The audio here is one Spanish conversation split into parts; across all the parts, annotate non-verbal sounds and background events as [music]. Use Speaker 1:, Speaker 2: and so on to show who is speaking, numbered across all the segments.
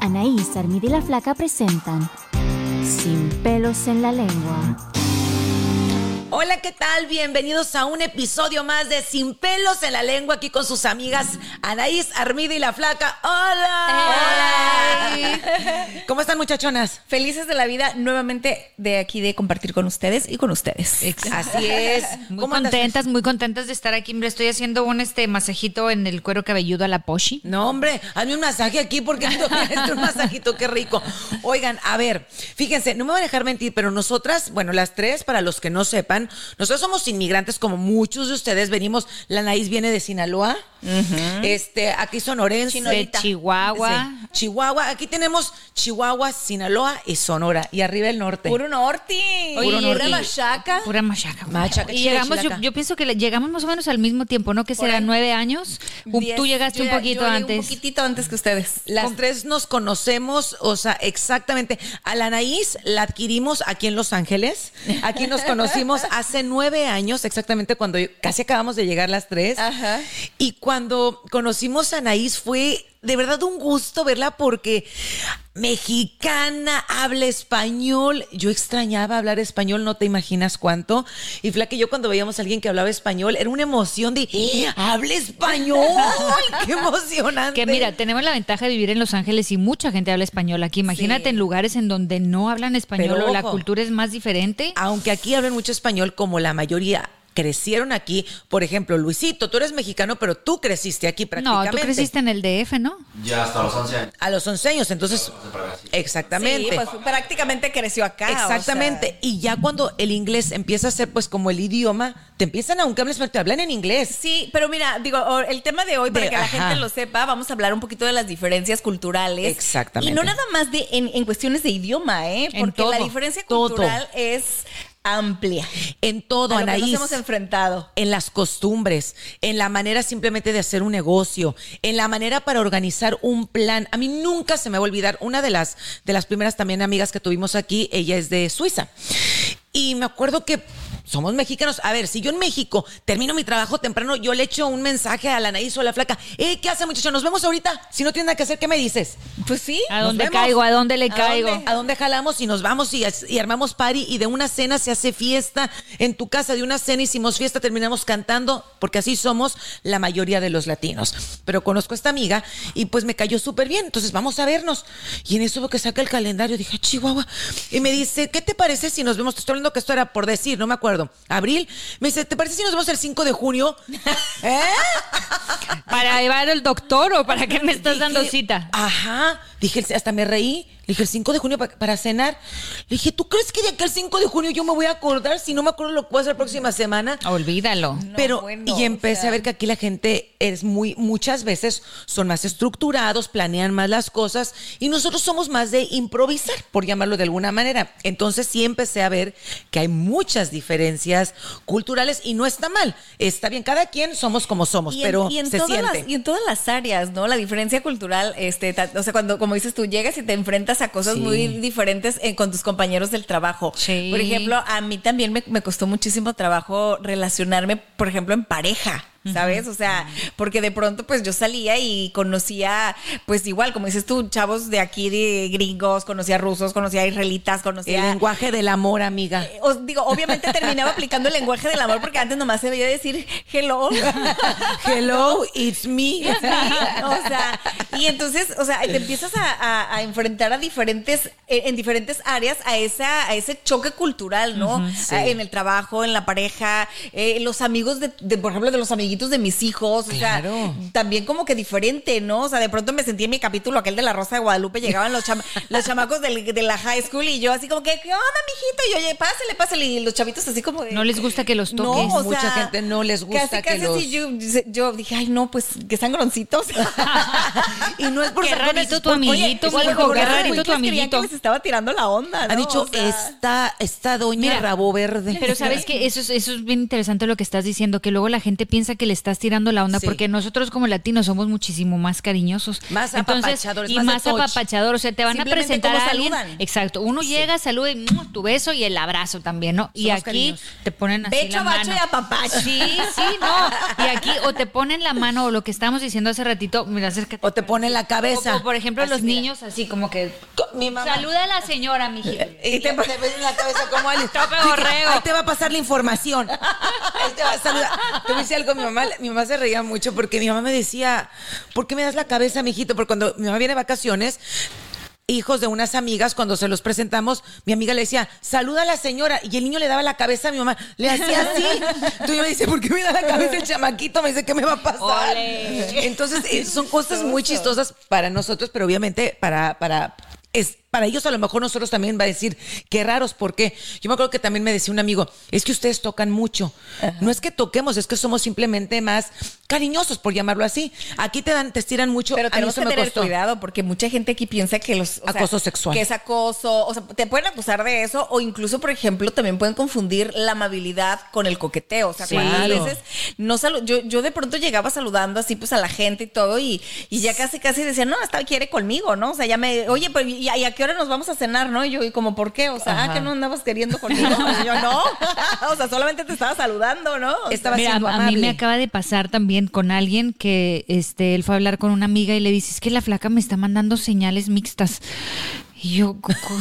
Speaker 1: Anaís, Armida y la Flaca presentan Sin pelos en la lengua.
Speaker 2: Hola, ¿qué tal? Bienvenidos a un episodio más de Sin pelos en la lengua aquí con sus amigas Anaís, Armida y la Flaca. ¡Hola! ¿Cómo están, muchachonas?
Speaker 3: Felices de la vida nuevamente de aquí de compartir con ustedes y con ustedes.
Speaker 2: Así es.
Speaker 4: [laughs] Muy
Speaker 2: ¿Cómo andas?
Speaker 4: contentas, muy contentas de estar aquí. Hombre, estoy haciendo un este masajito en el cuero cabelludo a la Poshi.
Speaker 2: No, hombre, hazme un masaje aquí porque esto es un masajito, qué rico. Oigan, a ver, fíjense, no me voy a dejar mentir, pero nosotras, bueno, las tres, para los que no sepan, nosotros somos inmigrantes como muchos de ustedes, venimos, la Naís viene de Sinaloa, este, aquí sonorense.
Speaker 4: De Chihuahua.
Speaker 2: Sí, Chihuahua, aquí tenemos Chihuahua, Sinaloa y Sonora, y arriba el norte.
Speaker 3: Puro norte.
Speaker 4: Puro
Speaker 3: y
Speaker 4: norte.
Speaker 3: una machaca.
Speaker 4: Pura machaca. güey.
Speaker 2: Machaca,
Speaker 4: y
Speaker 2: chila,
Speaker 4: llegamos, yo,
Speaker 2: chilaca.
Speaker 4: yo pienso que le- llegamos más o menos al mismo tiempo, ¿no? Que será nueve años. U-
Speaker 3: Diez.
Speaker 4: Tú llegaste
Speaker 3: Yo
Speaker 4: un
Speaker 3: ya-
Speaker 4: poquito
Speaker 3: yo llegué
Speaker 4: antes.
Speaker 3: Un poquitito antes que ustedes.
Speaker 2: Las tres nos conocemos, o sea, exactamente. A la Anaís la adquirimos aquí en Los Ángeles. Aquí nos
Speaker 4: [laughs]
Speaker 2: conocimos hace nueve años, exactamente cuando yo- casi acabamos de llegar las tres.
Speaker 3: Ajá.
Speaker 2: Y cuando conocimos a Anaís fue de verdad un gusto verla porque mexicana, habla español. Yo extrañaba hablar español, no te imaginas cuánto. Y Flaque, yo cuando veíamos a alguien que hablaba español, era una emoción de ¡Eh! ¡Habla
Speaker 4: [laughs]
Speaker 2: español! [laughs] ¡Qué emocionante!
Speaker 4: Que mira, tenemos la ventaja de vivir en Los Ángeles y mucha gente habla español aquí. Imagínate
Speaker 2: Sí.
Speaker 4: en lugares en donde no hablan español
Speaker 2: Pero
Speaker 4: o la
Speaker 2: ojo.
Speaker 4: cultura es más diferente.
Speaker 3: Ah,
Speaker 2: aunque aquí hablan mucho español, como la mayoría crecieron aquí, por ejemplo, Luisito, tú eres mexicano, pero tú creciste aquí
Speaker 4: No,
Speaker 2: prácticamente.
Speaker 4: tú creciste en el DF, ¿no?
Speaker 5: Ya hasta los 11 años.
Speaker 2: a los 11 años, entonces exactamente.
Speaker 3: Sí, pues prácticamente creció acá. o sea.
Speaker 2: Exactamente, y ya cuando el inglés empieza a ser pues como el idioma, te empiezan aunque hables español, te hablan en inglés.
Speaker 3: Sí, pero mira, digo, o- el tema de hoy, para
Speaker 2: De-
Speaker 3: que la
Speaker 2: ajá.
Speaker 3: gente lo sepa, vamos a hablar un poquito de las diferencias culturales.
Speaker 2: Exactamente.
Speaker 3: Y no nada más de en, en cuestiones de idioma, ¿eh?
Speaker 4: En
Speaker 3: Porque la
Speaker 4: todo,
Speaker 3: diferencia
Speaker 2: todo.
Speaker 3: cultural es amplia.
Speaker 2: En todo,
Speaker 3: a lo que
Speaker 2: Anaís.
Speaker 3: nos hemos enfrentado.
Speaker 2: en las costumbres, en la manera simplemente de hacer un negocio, en la manera para organizar un plan. A mí nunca se me va a olvidar una de las de las primeras también amigas que tuvimos aquí, ella es de Suiza. Y me acuerdo que somos mexicanos. A ver, si yo en México termino mi trabajo temprano, yo le echo un mensaje a la Anaís o a la flaca. Eh, ¿qué hace, muchacho? Nos vemos ahorita. Si no tienes nada que hacer, ¿qué me dices?
Speaker 3: Pues sí.
Speaker 4: ¿A
Speaker 2: Nos
Speaker 4: dónde
Speaker 2: vemos.
Speaker 4: caigo? ¿A dónde le
Speaker 3: ¿A
Speaker 4: caigo?
Speaker 3: dónde?
Speaker 2: ¿A dónde jalamos y nos vamos y, y armamos party y de una cena se hace fiesta? En tu casa de una cena hicimos fiesta, terminamos cantando, porque así somos la mayoría de los latinos. Pero conozco a esta amiga y pues me cayó súper bien, entonces vamos a vernos. Y en eso veo que saca el calendario, dije, "Ah, Chihuahua. Y me dice, ¿qué te parece si nos vemos? Te estoy hablando que esto era por decir, no me acuerdo. Abril. Me dice, ¿te parece si nos vemos el 5 de junio?
Speaker 4: ¿Para llevar al doctor o para qué me estás dando
Speaker 2: Dije,
Speaker 4: cita?
Speaker 2: Ajá. Dije, el- hasta me reí. Le dije, el 5 de junio pa- para, cenar. Le dije, ¿tú crees que de acá el 5 de junio yo me voy a acordar? Si no me acuerdo, lo puedo hacer la próxima semana.
Speaker 4: Olvídalo.
Speaker 2: Pero,
Speaker 3: bueno,
Speaker 2: y empecé
Speaker 3: o sea.
Speaker 2: a ver que aquí la gente es muy, muchas veces son más estructurados, planean más las cosas y nosotros somos más de improvisar, por llamarlo de alguna manera. Entonces sí empecé a ver que hay muchas diferencias culturales y no está mal. Está bien, cada quien somos como somos,
Speaker 3: Y en-
Speaker 2: pero
Speaker 3: y en
Speaker 2: se
Speaker 3: todas
Speaker 2: siente.
Speaker 3: las- y en todas las áreas, ¿no? La diferencia cultural, este, ta- o sea, cuando, como dices tú, llegas y te enfrentas a cosas
Speaker 2: Sí.
Speaker 3: muy diferentes eh, con tus compañeros del trabajo.
Speaker 4: Sí.
Speaker 3: Por ejemplo, a mí también me, me costó muchísimo trabajo relacionarme, por ejemplo, en pareja. ¿sabes? O sea, porque de pronto pues yo salía y conocía, pues igual, como dices tú, chavos de aquí, de gringos, conocía rusos, conocía israelitas,
Speaker 2: El
Speaker 3: conocía... eh,
Speaker 2: lenguaje del amor, amiga.
Speaker 3: O- digo, obviamente terminaba aplicando el lenguaje del amor porque antes nomás se veía decir
Speaker 2: [laughs]
Speaker 3: hello.
Speaker 2: Hello, it's me.
Speaker 3: [laughs] O sea, y entonces, o sea, te empiezas a, a- a enfrentar a diferentes, en en diferentes áreas a, esa, a ese choque cultural, ¿no? Ah, En el trabajo, en la pareja, eh, los amigos de, de, por ejemplo, de los amiguitos de mis hijos,
Speaker 2: Claro.
Speaker 3: o sea, también como que diferente, ¿no? O sea, de pronto me sentí en mi capítulo aquel de la Rosa de Guadalupe, llegaban los,
Speaker 4: [laughs]
Speaker 3: chama- los chamacos del- de la high school y yo así como que, ¿qué onda, mijito? Y yo, oye, pásale, pásale, y los chavitos así como de...
Speaker 4: No les gusta que los
Speaker 3: No,
Speaker 4: toques.
Speaker 3: o
Speaker 2: Mucha
Speaker 3: sea,
Speaker 2: gente no les gusta
Speaker 3: casi,
Speaker 2: que
Speaker 3: casi
Speaker 2: los-
Speaker 3: sí, yo, yo dije, ay, no, pues
Speaker 2: [laughs]
Speaker 3: que sangroncitos.
Speaker 2: Y no es por
Speaker 4: Qué
Speaker 2: ser con
Speaker 4: rarito
Speaker 2: el-
Speaker 4: tu
Speaker 2: por-
Speaker 4: amiguito,
Speaker 2: oye,
Speaker 4: mijo,
Speaker 2: por-
Speaker 4: qué
Speaker 3: Porque
Speaker 4: rarito
Speaker 3: los
Speaker 4: tu
Speaker 3: creían
Speaker 4: amiguito.
Speaker 3: pues, que les estaba tirando la onda.
Speaker 2: Ha
Speaker 3: ¿no?
Speaker 2: dicho,
Speaker 3: O sea,
Speaker 2: esta, esta doña
Speaker 4: Mira,
Speaker 2: rabo verde.
Speaker 4: Pero sabes que eso es, eso es bien interesante lo que estás diciendo, que luego la gente piensa que le estás tirando la onda,
Speaker 2: Sí.
Speaker 4: porque nosotros como latinos somos muchísimo más cariñosos.
Speaker 2: Más apapachadores,
Speaker 4: y
Speaker 2: más de
Speaker 4: más
Speaker 2: touch.
Speaker 4: apapachador, o sea, te van a
Speaker 3: Simplemente
Speaker 4: presentar
Speaker 3: cómo
Speaker 4: a alguien.
Speaker 3: saludan.
Speaker 4: Exacto, uno llega, saluda y ¡mua! tu beso y el abrazo también, ¿no? y
Speaker 2: Somos
Speaker 4: aquí
Speaker 2: cariñosos.
Speaker 4: te ponen así
Speaker 3: Becho,
Speaker 4: la
Speaker 3: bacho
Speaker 4: mano.
Speaker 3: y apapacho.
Speaker 4: Sí, sí, no. Y aquí o te ponen la mano o lo que estábamos diciendo hace ratito, mira, acércate.
Speaker 2: O te pone la cabeza.
Speaker 4: O, por ejemplo,
Speaker 2: Así,
Speaker 4: los
Speaker 2: mira.
Speaker 4: niños así como que
Speaker 2: Mi mamá.
Speaker 4: saluda a la señora, mijito.
Speaker 2: Y te, te ves en la cabeza como alguien.
Speaker 4: Tope
Speaker 2: Así que,
Speaker 4: borrego.
Speaker 2: Ahí te va a pasar la
Speaker 3: [laughs]
Speaker 2: información. Ahí te va a saludar. Te voy a decir algo, mi mamá, mi mamá se reía mucho porque mi mamá me decía, ¿por qué me das la cabeza, mijito? Porque cuando mi mamá viene de vacaciones, hijos de unas amigas, cuando se los presentamos, mi amiga le decía, saluda a la señora. Y el niño le daba la cabeza a mi mamá, le hacía así. Entonces yo me dice, ¿por qué me da la cabeza el chamaquito? Me dice, ¿qué me va a pasar?
Speaker 4: Ole.
Speaker 2: Entonces eh, son cosas muy chistosas para nosotros, pero obviamente para... para es, para ellos a lo mejor nosotros también va a decir, qué raros, ¿por qué? Yo me acuerdo que también me decía un amigo, es que ustedes tocan mucho. No es que toquemos, es que somos simplemente más cariñosos, por llamarlo así. Aquí te dan, te estiran mucho.
Speaker 3: Pero
Speaker 2: a mí
Speaker 3: tenemos
Speaker 2: eso
Speaker 3: que
Speaker 2: me
Speaker 3: tener
Speaker 2: costó.
Speaker 3: cuidado porque mucha gente aquí piensa que los... o
Speaker 2: Acoso sexual.
Speaker 3: Que es acoso. O sea, te pueden acusar de eso o incluso, por ejemplo, también pueden confundir la amabilidad con el coqueteo. O sea,
Speaker 4: Sí.
Speaker 3: cuántas
Speaker 4: Claro.
Speaker 3: veces no salu- yo, yo de pronto llegaba saludando así pues a la gente y todo y, y ya casi casi decía, no, esta quiere conmigo, ¿no? O sea, ya me... Oye, pero ¿y a, y a qué hora nos vamos a cenar, no? Y yo, ¿y como por qué? O sea, ah, que no andabas queriendo conmigo. Y yo, no. [laughs] o sea, solamente te estaba saludando, ¿no? O sea,
Speaker 2: Estaba
Speaker 4: Mira,
Speaker 2: siendo
Speaker 4: a- a
Speaker 2: amable.
Speaker 4: mí me acaba de pasar también con alguien que este él fue a hablar con una amiga y le dice, es que la flaca me está mandando señales mixtas. Y yo, co- co-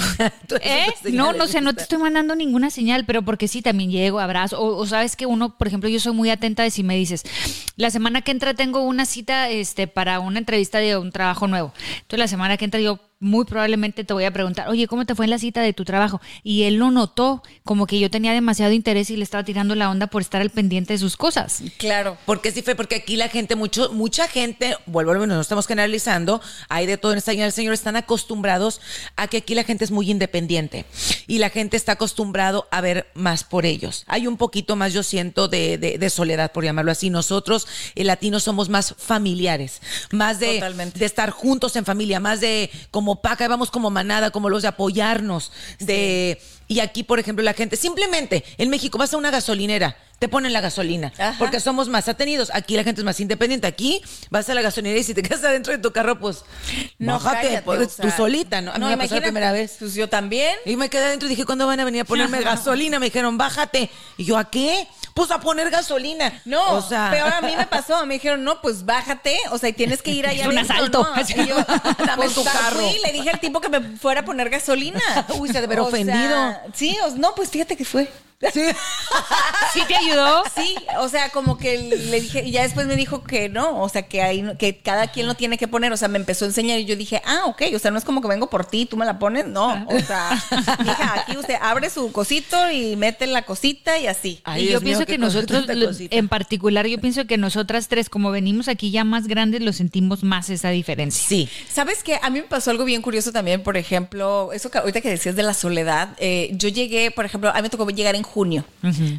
Speaker 2: Tú eres
Speaker 4: ¿eh?
Speaker 2: una señal
Speaker 4: No, no sé, no
Speaker 2: mixta.
Speaker 4: te estoy mandando ninguna señal, pero porque sí, también llego, abrazo. O, o sabes que uno, por ejemplo, yo soy muy atenta de si me dices, la semana que entra tengo una cita este, para una entrevista de un trabajo nuevo. Entonces, la semana que entra yo muy probablemente te voy a preguntar, oye, ¿cómo te fue en la cita de tu trabajo? Y él lo notó, como que yo tenía demasiado interés y le estaba tirando la onda por estar al pendiente de sus cosas.
Speaker 3: Claro.
Speaker 2: Porque sí fue, porque aquí la gente, mucho, mucha gente, vuelvo a lo mismo, no estamos generalizando, hay de todo en esta el señor, están acostumbrados a que aquí la gente es muy independiente y la gente está acostumbrado a ver más por ellos. Hay un poquito más, yo siento, de, de- de soledad, por llamarlo así. Nosotros, eh, latinos, somos más familiares, más de,
Speaker 3: Totalmente.
Speaker 2: de estar juntos en familia, más de como paca, vamos como manada, como los de apoyarnos, de... Y aquí, por ejemplo, la gente, simplemente en México vas a una gasolinera, te ponen la gasolina,
Speaker 3: Ajá.
Speaker 2: porque somos más atenidos. Aquí la gente es más independiente. Aquí vas a la gasolinera y si te quedas adentro de tu carro, pues no, bájate
Speaker 3: cállate,
Speaker 2: pues,
Speaker 3: o sea,
Speaker 2: tú solita, ¿no? A mí me pasó la
Speaker 3: imagínate,
Speaker 2: primera vez.
Speaker 3: Pues yo también.
Speaker 2: Y me quedé adentro y dije, ¿cuándo van a venir a ponerme gasolina? Me dijeron, bájate. Y yo, ¿a qué? Pues a poner gasolina.
Speaker 3: No,
Speaker 2: o sea,
Speaker 3: peor a mí me pasó. Me dijeron, no, pues bájate. O sea, y tienes
Speaker 2: [laughs]
Speaker 3: que ir allá.
Speaker 4: Es un
Speaker 3: adentro,
Speaker 4: asalto.
Speaker 3: ¿no? Y yo,
Speaker 2: Dame tu
Speaker 3: [laughs] pues,
Speaker 2: carro.
Speaker 3: fui, le dije al tipo que me fuera a poner gasolina.
Speaker 2: [laughs] Uy, se ha de haber
Speaker 3: O sea,
Speaker 2: ofendido.
Speaker 3: sí, o- no, pues fíjate que fue.
Speaker 2: Sí.
Speaker 4: ¿Sí te ayudó?
Speaker 3: [laughs] Sí, o sea, como que le dije, y ya después me dijo que no, o sea, que ahí no- que cada quien lo tiene que poner, o sea, me empezó a enseñar y yo dije, ah, ok, o sea, no es como que vengo por ti, tú me la pones, no, o
Speaker 2: [laughs]
Speaker 3: sea, mija, aquí usted abre su cosito y mete la cosita y así.
Speaker 2: Ay,
Speaker 4: y yo
Speaker 2: Dios mío,
Speaker 4: pienso
Speaker 2: qué
Speaker 4: que
Speaker 2: cosa,
Speaker 4: nosotros,
Speaker 2: tanta
Speaker 4: lo-
Speaker 2: cosita.
Speaker 4: en particular, yo pienso que nosotras tres, como venimos aquí ya más grandes, lo sentimos más esa diferencia.
Speaker 2: [laughs]
Speaker 3: [laughs]
Speaker 2: Sí.
Speaker 3: ¿Sabes qué? A mí me pasó algo bien curioso también, por ejemplo, eso que ahorita que decías de la soledad, eh, yo llegué, por ejemplo, a mí me tocó llegar en junio,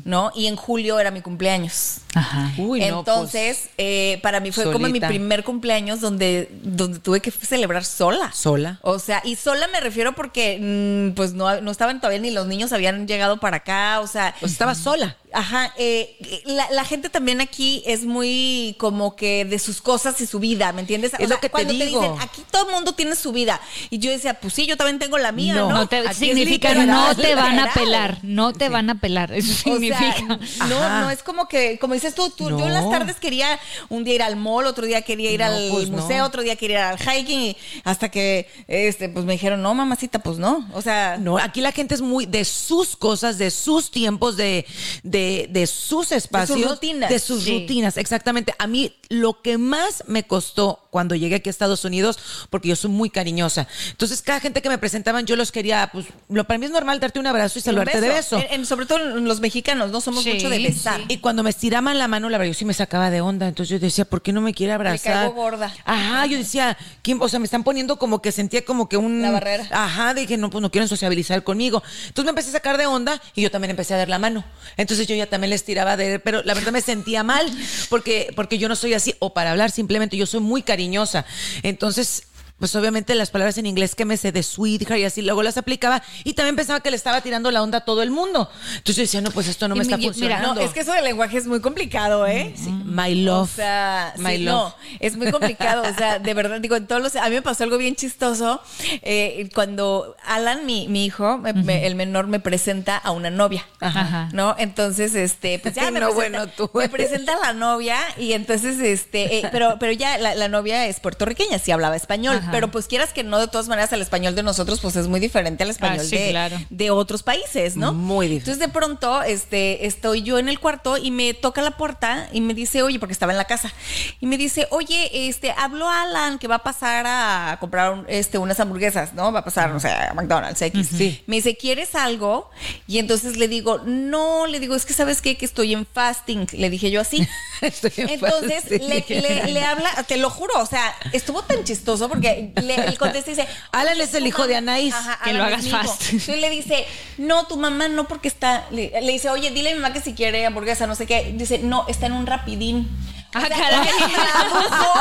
Speaker 3: ¿no? Y en julio era mi cumpleaños.
Speaker 4: Ajá.
Speaker 2: Uy, no, pues,
Speaker 3: Entonces, eh, para mí fue como mi
Speaker 2: solita.
Speaker 3: primer cumpleaños donde, donde tuve que celebrar sola.
Speaker 2: Sola.
Speaker 3: O sea, y sola me refiero porque mm, pues no, no estaban todavía ni los niños habían llegado para acá, o sea...
Speaker 2: pues, o sea, estaba sola.
Speaker 3: Ajá, eh, la, la gente también aquí es muy como que de sus cosas y su vida, ¿me entiendes?
Speaker 2: Es lo que te
Speaker 3: cuando
Speaker 2: digo.
Speaker 3: dicen, aquí todo el mundo tiene su vida. Y yo decía, pues sí, yo también tengo la mía, ¿no?
Speaker 4: no, te,
Speaker 3: Aquí es
Speaker 4: significa no
Speaker 3: literal, [laughs]
Speaker 4: te van a
Speaker 3: literal.
Speaker 4: pelar, no te van a pelar, eso
Speaker 2: [laughs]
Speaker 3: O
Speaker 4: significa.
Speaker 3: sea, no,
Speaker 2: Ajá.
Speaker 3: no es como que, como dices tú, tú yo en las
Speaker 2: No.
Speaker 3: tardes quería un día ir al mall, otro día quería ir
Speaker 2: No,
Speaker 3: al
Speaker 2: pues no.
Speaker 3: museo, otro día quería ir al hiking, y hasta que este, pues me dijeron, no, mamacita, pues no. O sea,
Speaker 2: No, aquí la gente es muy de sus cosas, de sus tiempos, de, de, de sus espacios.
Speaker 3: rutinas.
Speaker 2: De sus
Speaker 4: Sí.
Speaker 2: rutinas, exactamente. A mí lo que más me costó cuando llegué aquí a Estados Unidos, porque yo soy muy cariñosa. Entonces, cada gente que me presentaban, yo los quería, pues, lo, para mí es normal darte un abrazo y saludarte pues de beso.
Speaker 3: En- en- sobre todo en los mexicanos, no somos
Speaker 4: Sí,
Speaker 3: mucho de besar.
Speaker 4: sí.
Speaker 2: Y cuando me estiraban la mano, la verdad, yo sí me sacaba de onda. Entonces yo decía, ¿por qué no me quiere abrazar?
Speaker 3: caigo gorda.
Speaker 2: Ajá, yo decía, ¿quién? o sea, me están poniendo como que sentía como que un.
Speaker 3: La barrera.
Speaker 2: Ajá, dije, no, pues no quieren sociabilizar conmigo. Entonces me empecé a sacar de onda y yo también empecé a dar la mano. Entonces yo ya también les tiraba de. Pero la verdad me sentía mal porque, porque yo no soy así, o para hablar simplemente, yo soy muy cariñosa. Entonces. Pues obviamente las palabras en inglés que me sé de sweetheart y así, luego las aplicaba y también pensaba que le estaba tirando la onda a todo el mundo. Entonces yo decía, no, pues esto no
Speaker 4: Y
Speaker 2: me está
Speaker 4: mi- mira,
Speaker 2: funcionando.
Speaker 3: No, es que eso del lenguaje es muy complicado, ¿eh? Sí.
Speaker 2: este, My love.
Speaker 3: O sea,
Speaker 2: my
Speaker 3: sí,
Speaker 2: love.
Speaker 3: no, es muy complicado. O sea, de verdad, digo, en todos los. A mí me pasó algo bien chistoso. eh, cuando Alan, mi, mi hijo, me- me- el menor, me presenta a una novia.
Speaker 4: Ajá.
Speaker 3: ¿No? Entonces, este, pues ya me,
Speaker 2: No,
Speaker 3: presenta,
Speaker 2: bueno, tú
Speaker 3: me
Speaker 2: eres.
Speaker 3: presenta la novia y entonces, este, eh, pero, pero ya la, la novia es puertorriqueña, sí hablaba español,
Speaker 4: Ajá.
Speaker 3: pero pues quieras que no, de todas maneras, el español de nosotros, pues es muy diferente al español
Speaker 2: Ah,
Speaker 4: sí,
Speaker 3: de,
Speaker 4: claro.
Speaker 3: de otros países, ¿no?
Speaker 2: Muy diferente.
Speaker 3: Entonces, de pronto, este, estoy yo en el cuarto y me toca la puerta y me dice, oye, porque estaba en la casa, y me dice, oye, este, habló Alan que va a pasar a comprar un- este, unas hamburguesas, ¿no? Va a pasar, no sé, a McDonald's X.
Speaker 2: Sí.
Speaker 3: Me dice, ¿quieres algo? Y entonces le digo, no, le digo, es que sabes qué, que estoy en fasting, le dije yo así.
Speaker 2: [laughs] Estoy en
Speaker 3: Entonces
Speaker 2: fase.
Speaker 3: le, le- le habla, te lo juro, o sea, estuvo tan chistoso porque le, le contesta y dice,
Speaker 2: Alan es el hijo de Anaís,
Speaker 4: que lo
Speaker 3: Alan
Speaker 4: hagas
Speaker 3: es mi hijo.
Speaker 4: fast.
Speaker 3: [laughs] Entonces le dice, no, tu mamá no porque está, le, le dice, oye, dile a mi mamá que si quiere hamburguesa, no sé qué, dice, no, está en un rapidín. O
Speaker 4: Ah,
Speaker 3: sea,
Speaker 4: caray.
Speaker 3: Ella tradujo,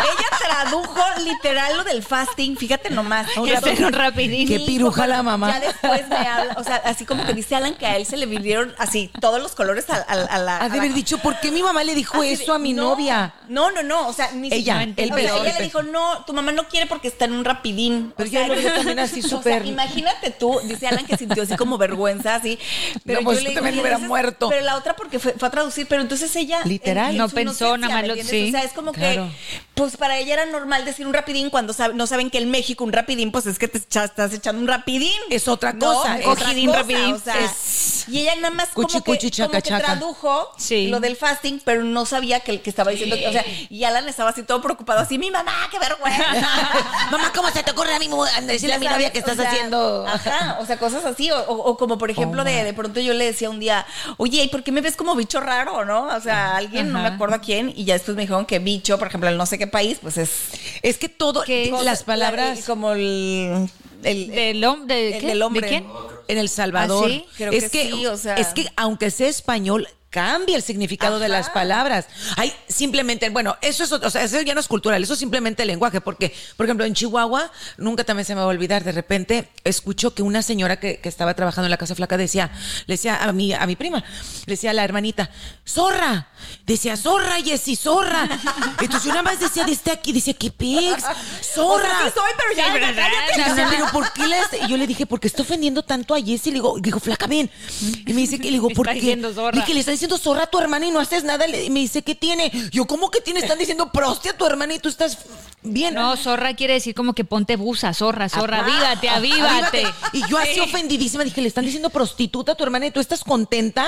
Speaker 3: ella tradujo literal lo del fasting, fíjate nomás.
Speaker 4: Que
Speaker 3: Entonces,
Speaker 4: sea en un rapidín.
Speaker 2: Qué
Speaker 3: mi
Speaker 2: piruja
Speaker 3: hijo,
Speaker 2: la mamá.
Speaker 3: Ya después me habla, o sea, así como que dice Alan que a él se le vinieron así todos los colores a, a- a la...
Speaker 2: Ha
Speaker 3: a
Speaker 2: de
Speaker 3: la-
Speaker 2: haber dicho, ¿por qué mi mamá le dijo
Speaker 3: Así de,
Speaker 2: eso a mi
Speaker 3: no, [laughs]
Speaker 2: novia?
Speaker 3: No, no, no, o sea, ni
Speaker 2: Ella,
Speaker 3: siquiera-
Speaker 2: el
Speaker 3: o sea,
Speaker 2: peor,
Speaker 3: ella
Speaker 2: el
Speaker 3: le dijo, no, tu mamá no quiere porque está en un rapidín. O
Speaker 2: Pero yo
Speaker 3: sea,
Speaker 2: lo veo también así,
Speaker 3: [laughs] o sea,
Speaker 2: súper-
Speaker 3: imagínate tú, dice Alan que sintió así como vergüenza, así. Pero
Speaker 2: No, pues,
Speaker 3: yo le
Speaker 2: yo
Speaker 3: digo,
Speaker 2: también
Speaker 3: "Y
Speaker 2: hubiera
Speaker 3: entonces-"
Speaker 2: muerto.
Speaker 3: Pero la otra porque fue, fue a traducir, pero entonces ella.
Speaker 2: Literal.
Speaker 3: en- en
Speaker 4: No
Speaker 3: su
Speaker 4: pensó,
Speaker 3: inocencia,
Speaker 4: nada más
Speaker 3: ¿me
Speaker 4: lo-
Speaker 3: entiendes?
Speaker 4: sí,
Speaker 3: O sea, es como
Speaker 2: claro.
Speaker 3: que, pues para ella era normal decir un rapidín cuando sab- no saben que en México un rapidín, pues es que te echa- estás echando un rapidín.
Speaker 2: Es otra
Speaker 3: No,
Speaker 2: cosa,
Speaker 3: es
Speaker 2: es
Speaker 3: otra
Speaker 2: rapidín,
Speaker 3: cosa,
Speaker 2: rapidín.
Speaker 3: o sea,
Speaker 2: Es-
Speaker 3: y ella nada más
Speaker 2: Cuchi,
Speaker 3: como que,
Speaker 2: cuchi, chaca,
Speaker 3: como que
Speaker 2: chaca.
Speaker 3: tradujo
Speaker 4: Sí.
Speaker 3: lo del fasting, pero no sabía que, que estaba diciendo, que, o sea, y Alan estaba así todo preocupado, así, mi mamá, qué vergüenza.
Speaker 2: [laughs] mamá, ¿cómo se te ocurre a mí mu- a decirle a mi
Speaker 3: Ya
Speaker 2: novia
Speaker 3: sabes,
Speaker 2: que
Speaker 3: o
Speaker 2: estás
Speaker 3: sea, ah,
Speaker 2: haciendo? Oh,
Speaker 3: Ajá, o sea, cosas así. O, o- o como por ejemplo, de, de pronto yo le decía un día, oye, ¿y por qué me ves como bicho raro, no? O sea, alguien, no me
Speaker 4: Ajá.
Speaker 3: acuerdo a quién, y ya después me dijeron que bicho, por ejemplo, en no sé qué país, pues es.
Speaker 2: Es que todo,
Speaker 4: ¿Qué?
Speaker 2: las
Speaker 3: la-
Speaker 2: palabras
Speaker 3: como el. el-
Speaker 4: ¿Del hom- de
Speaker 3: el
Speaker 4: qué?
Speaker 3: del
Speaker 4: ¿De
Speaker 3: hombre.
Speaker 4: quién?
Speaker 2: en El Salvador.
Speaker 4: ¿Ah, sí?
Speaker 3: Creo
Speaker 2: es
Speaker 3: que sí, o sea.
Speaker 2: Es que aunque sea español, cambia el significado de las palabras. Hay simplemente, bueno, eso es, otro- o sea, eso ya no es cultural, eso es simplemente lenguaje, porque, por ejemplo, en Chihuahua, nunca también se me va a olvidar, de repente escucho que una señora que, que estaba trabajando en la Casa Flaca decía, le decía a mi, a mi prima, le decía a la hermanita, zorra, decía, zorra, Jessy, zorra.
Speaker 3: [laughs]
Speaker 2: Entonces yo nada más decía, desde aquí, dice, qué pix, zorra.
Speaker 3: O sea, sí "Pues soy, pero ya, ya, cállate.
Speaker 2: O sea, pero ¿por qué la est- Y yo le dije, ¿por qué está ofendiendo tanto a Jessy? Le digo, le digo, flaca, ven. Y me dice que le digo,
Speaker 4: Le
Speaker 2: ¿por
Speaker 4: [laughs] está
Speaker 2: qué?
Speaker 4: diciendo zorra.
Speaker 2: Le dije, le está diciendo zorra a tu hermana y no haces nada. Le- Y me dice, ¿qué tiene? Yo, ¿cómo que tiene? Están diciendo prosti a tu hermana y tú estás bien.
Speaker 4: No, zorra quiere decir como que ponte busa, zorra, zorra,
Speaker 2: Ajá.
Speaker 4: avívate, avívate.
Speaker 2: Y yo así
Speaker 4: Sí.
Speaker 2: ofendidísima dije, le están diciendo prostituta a tu hermana y tú estás contenta.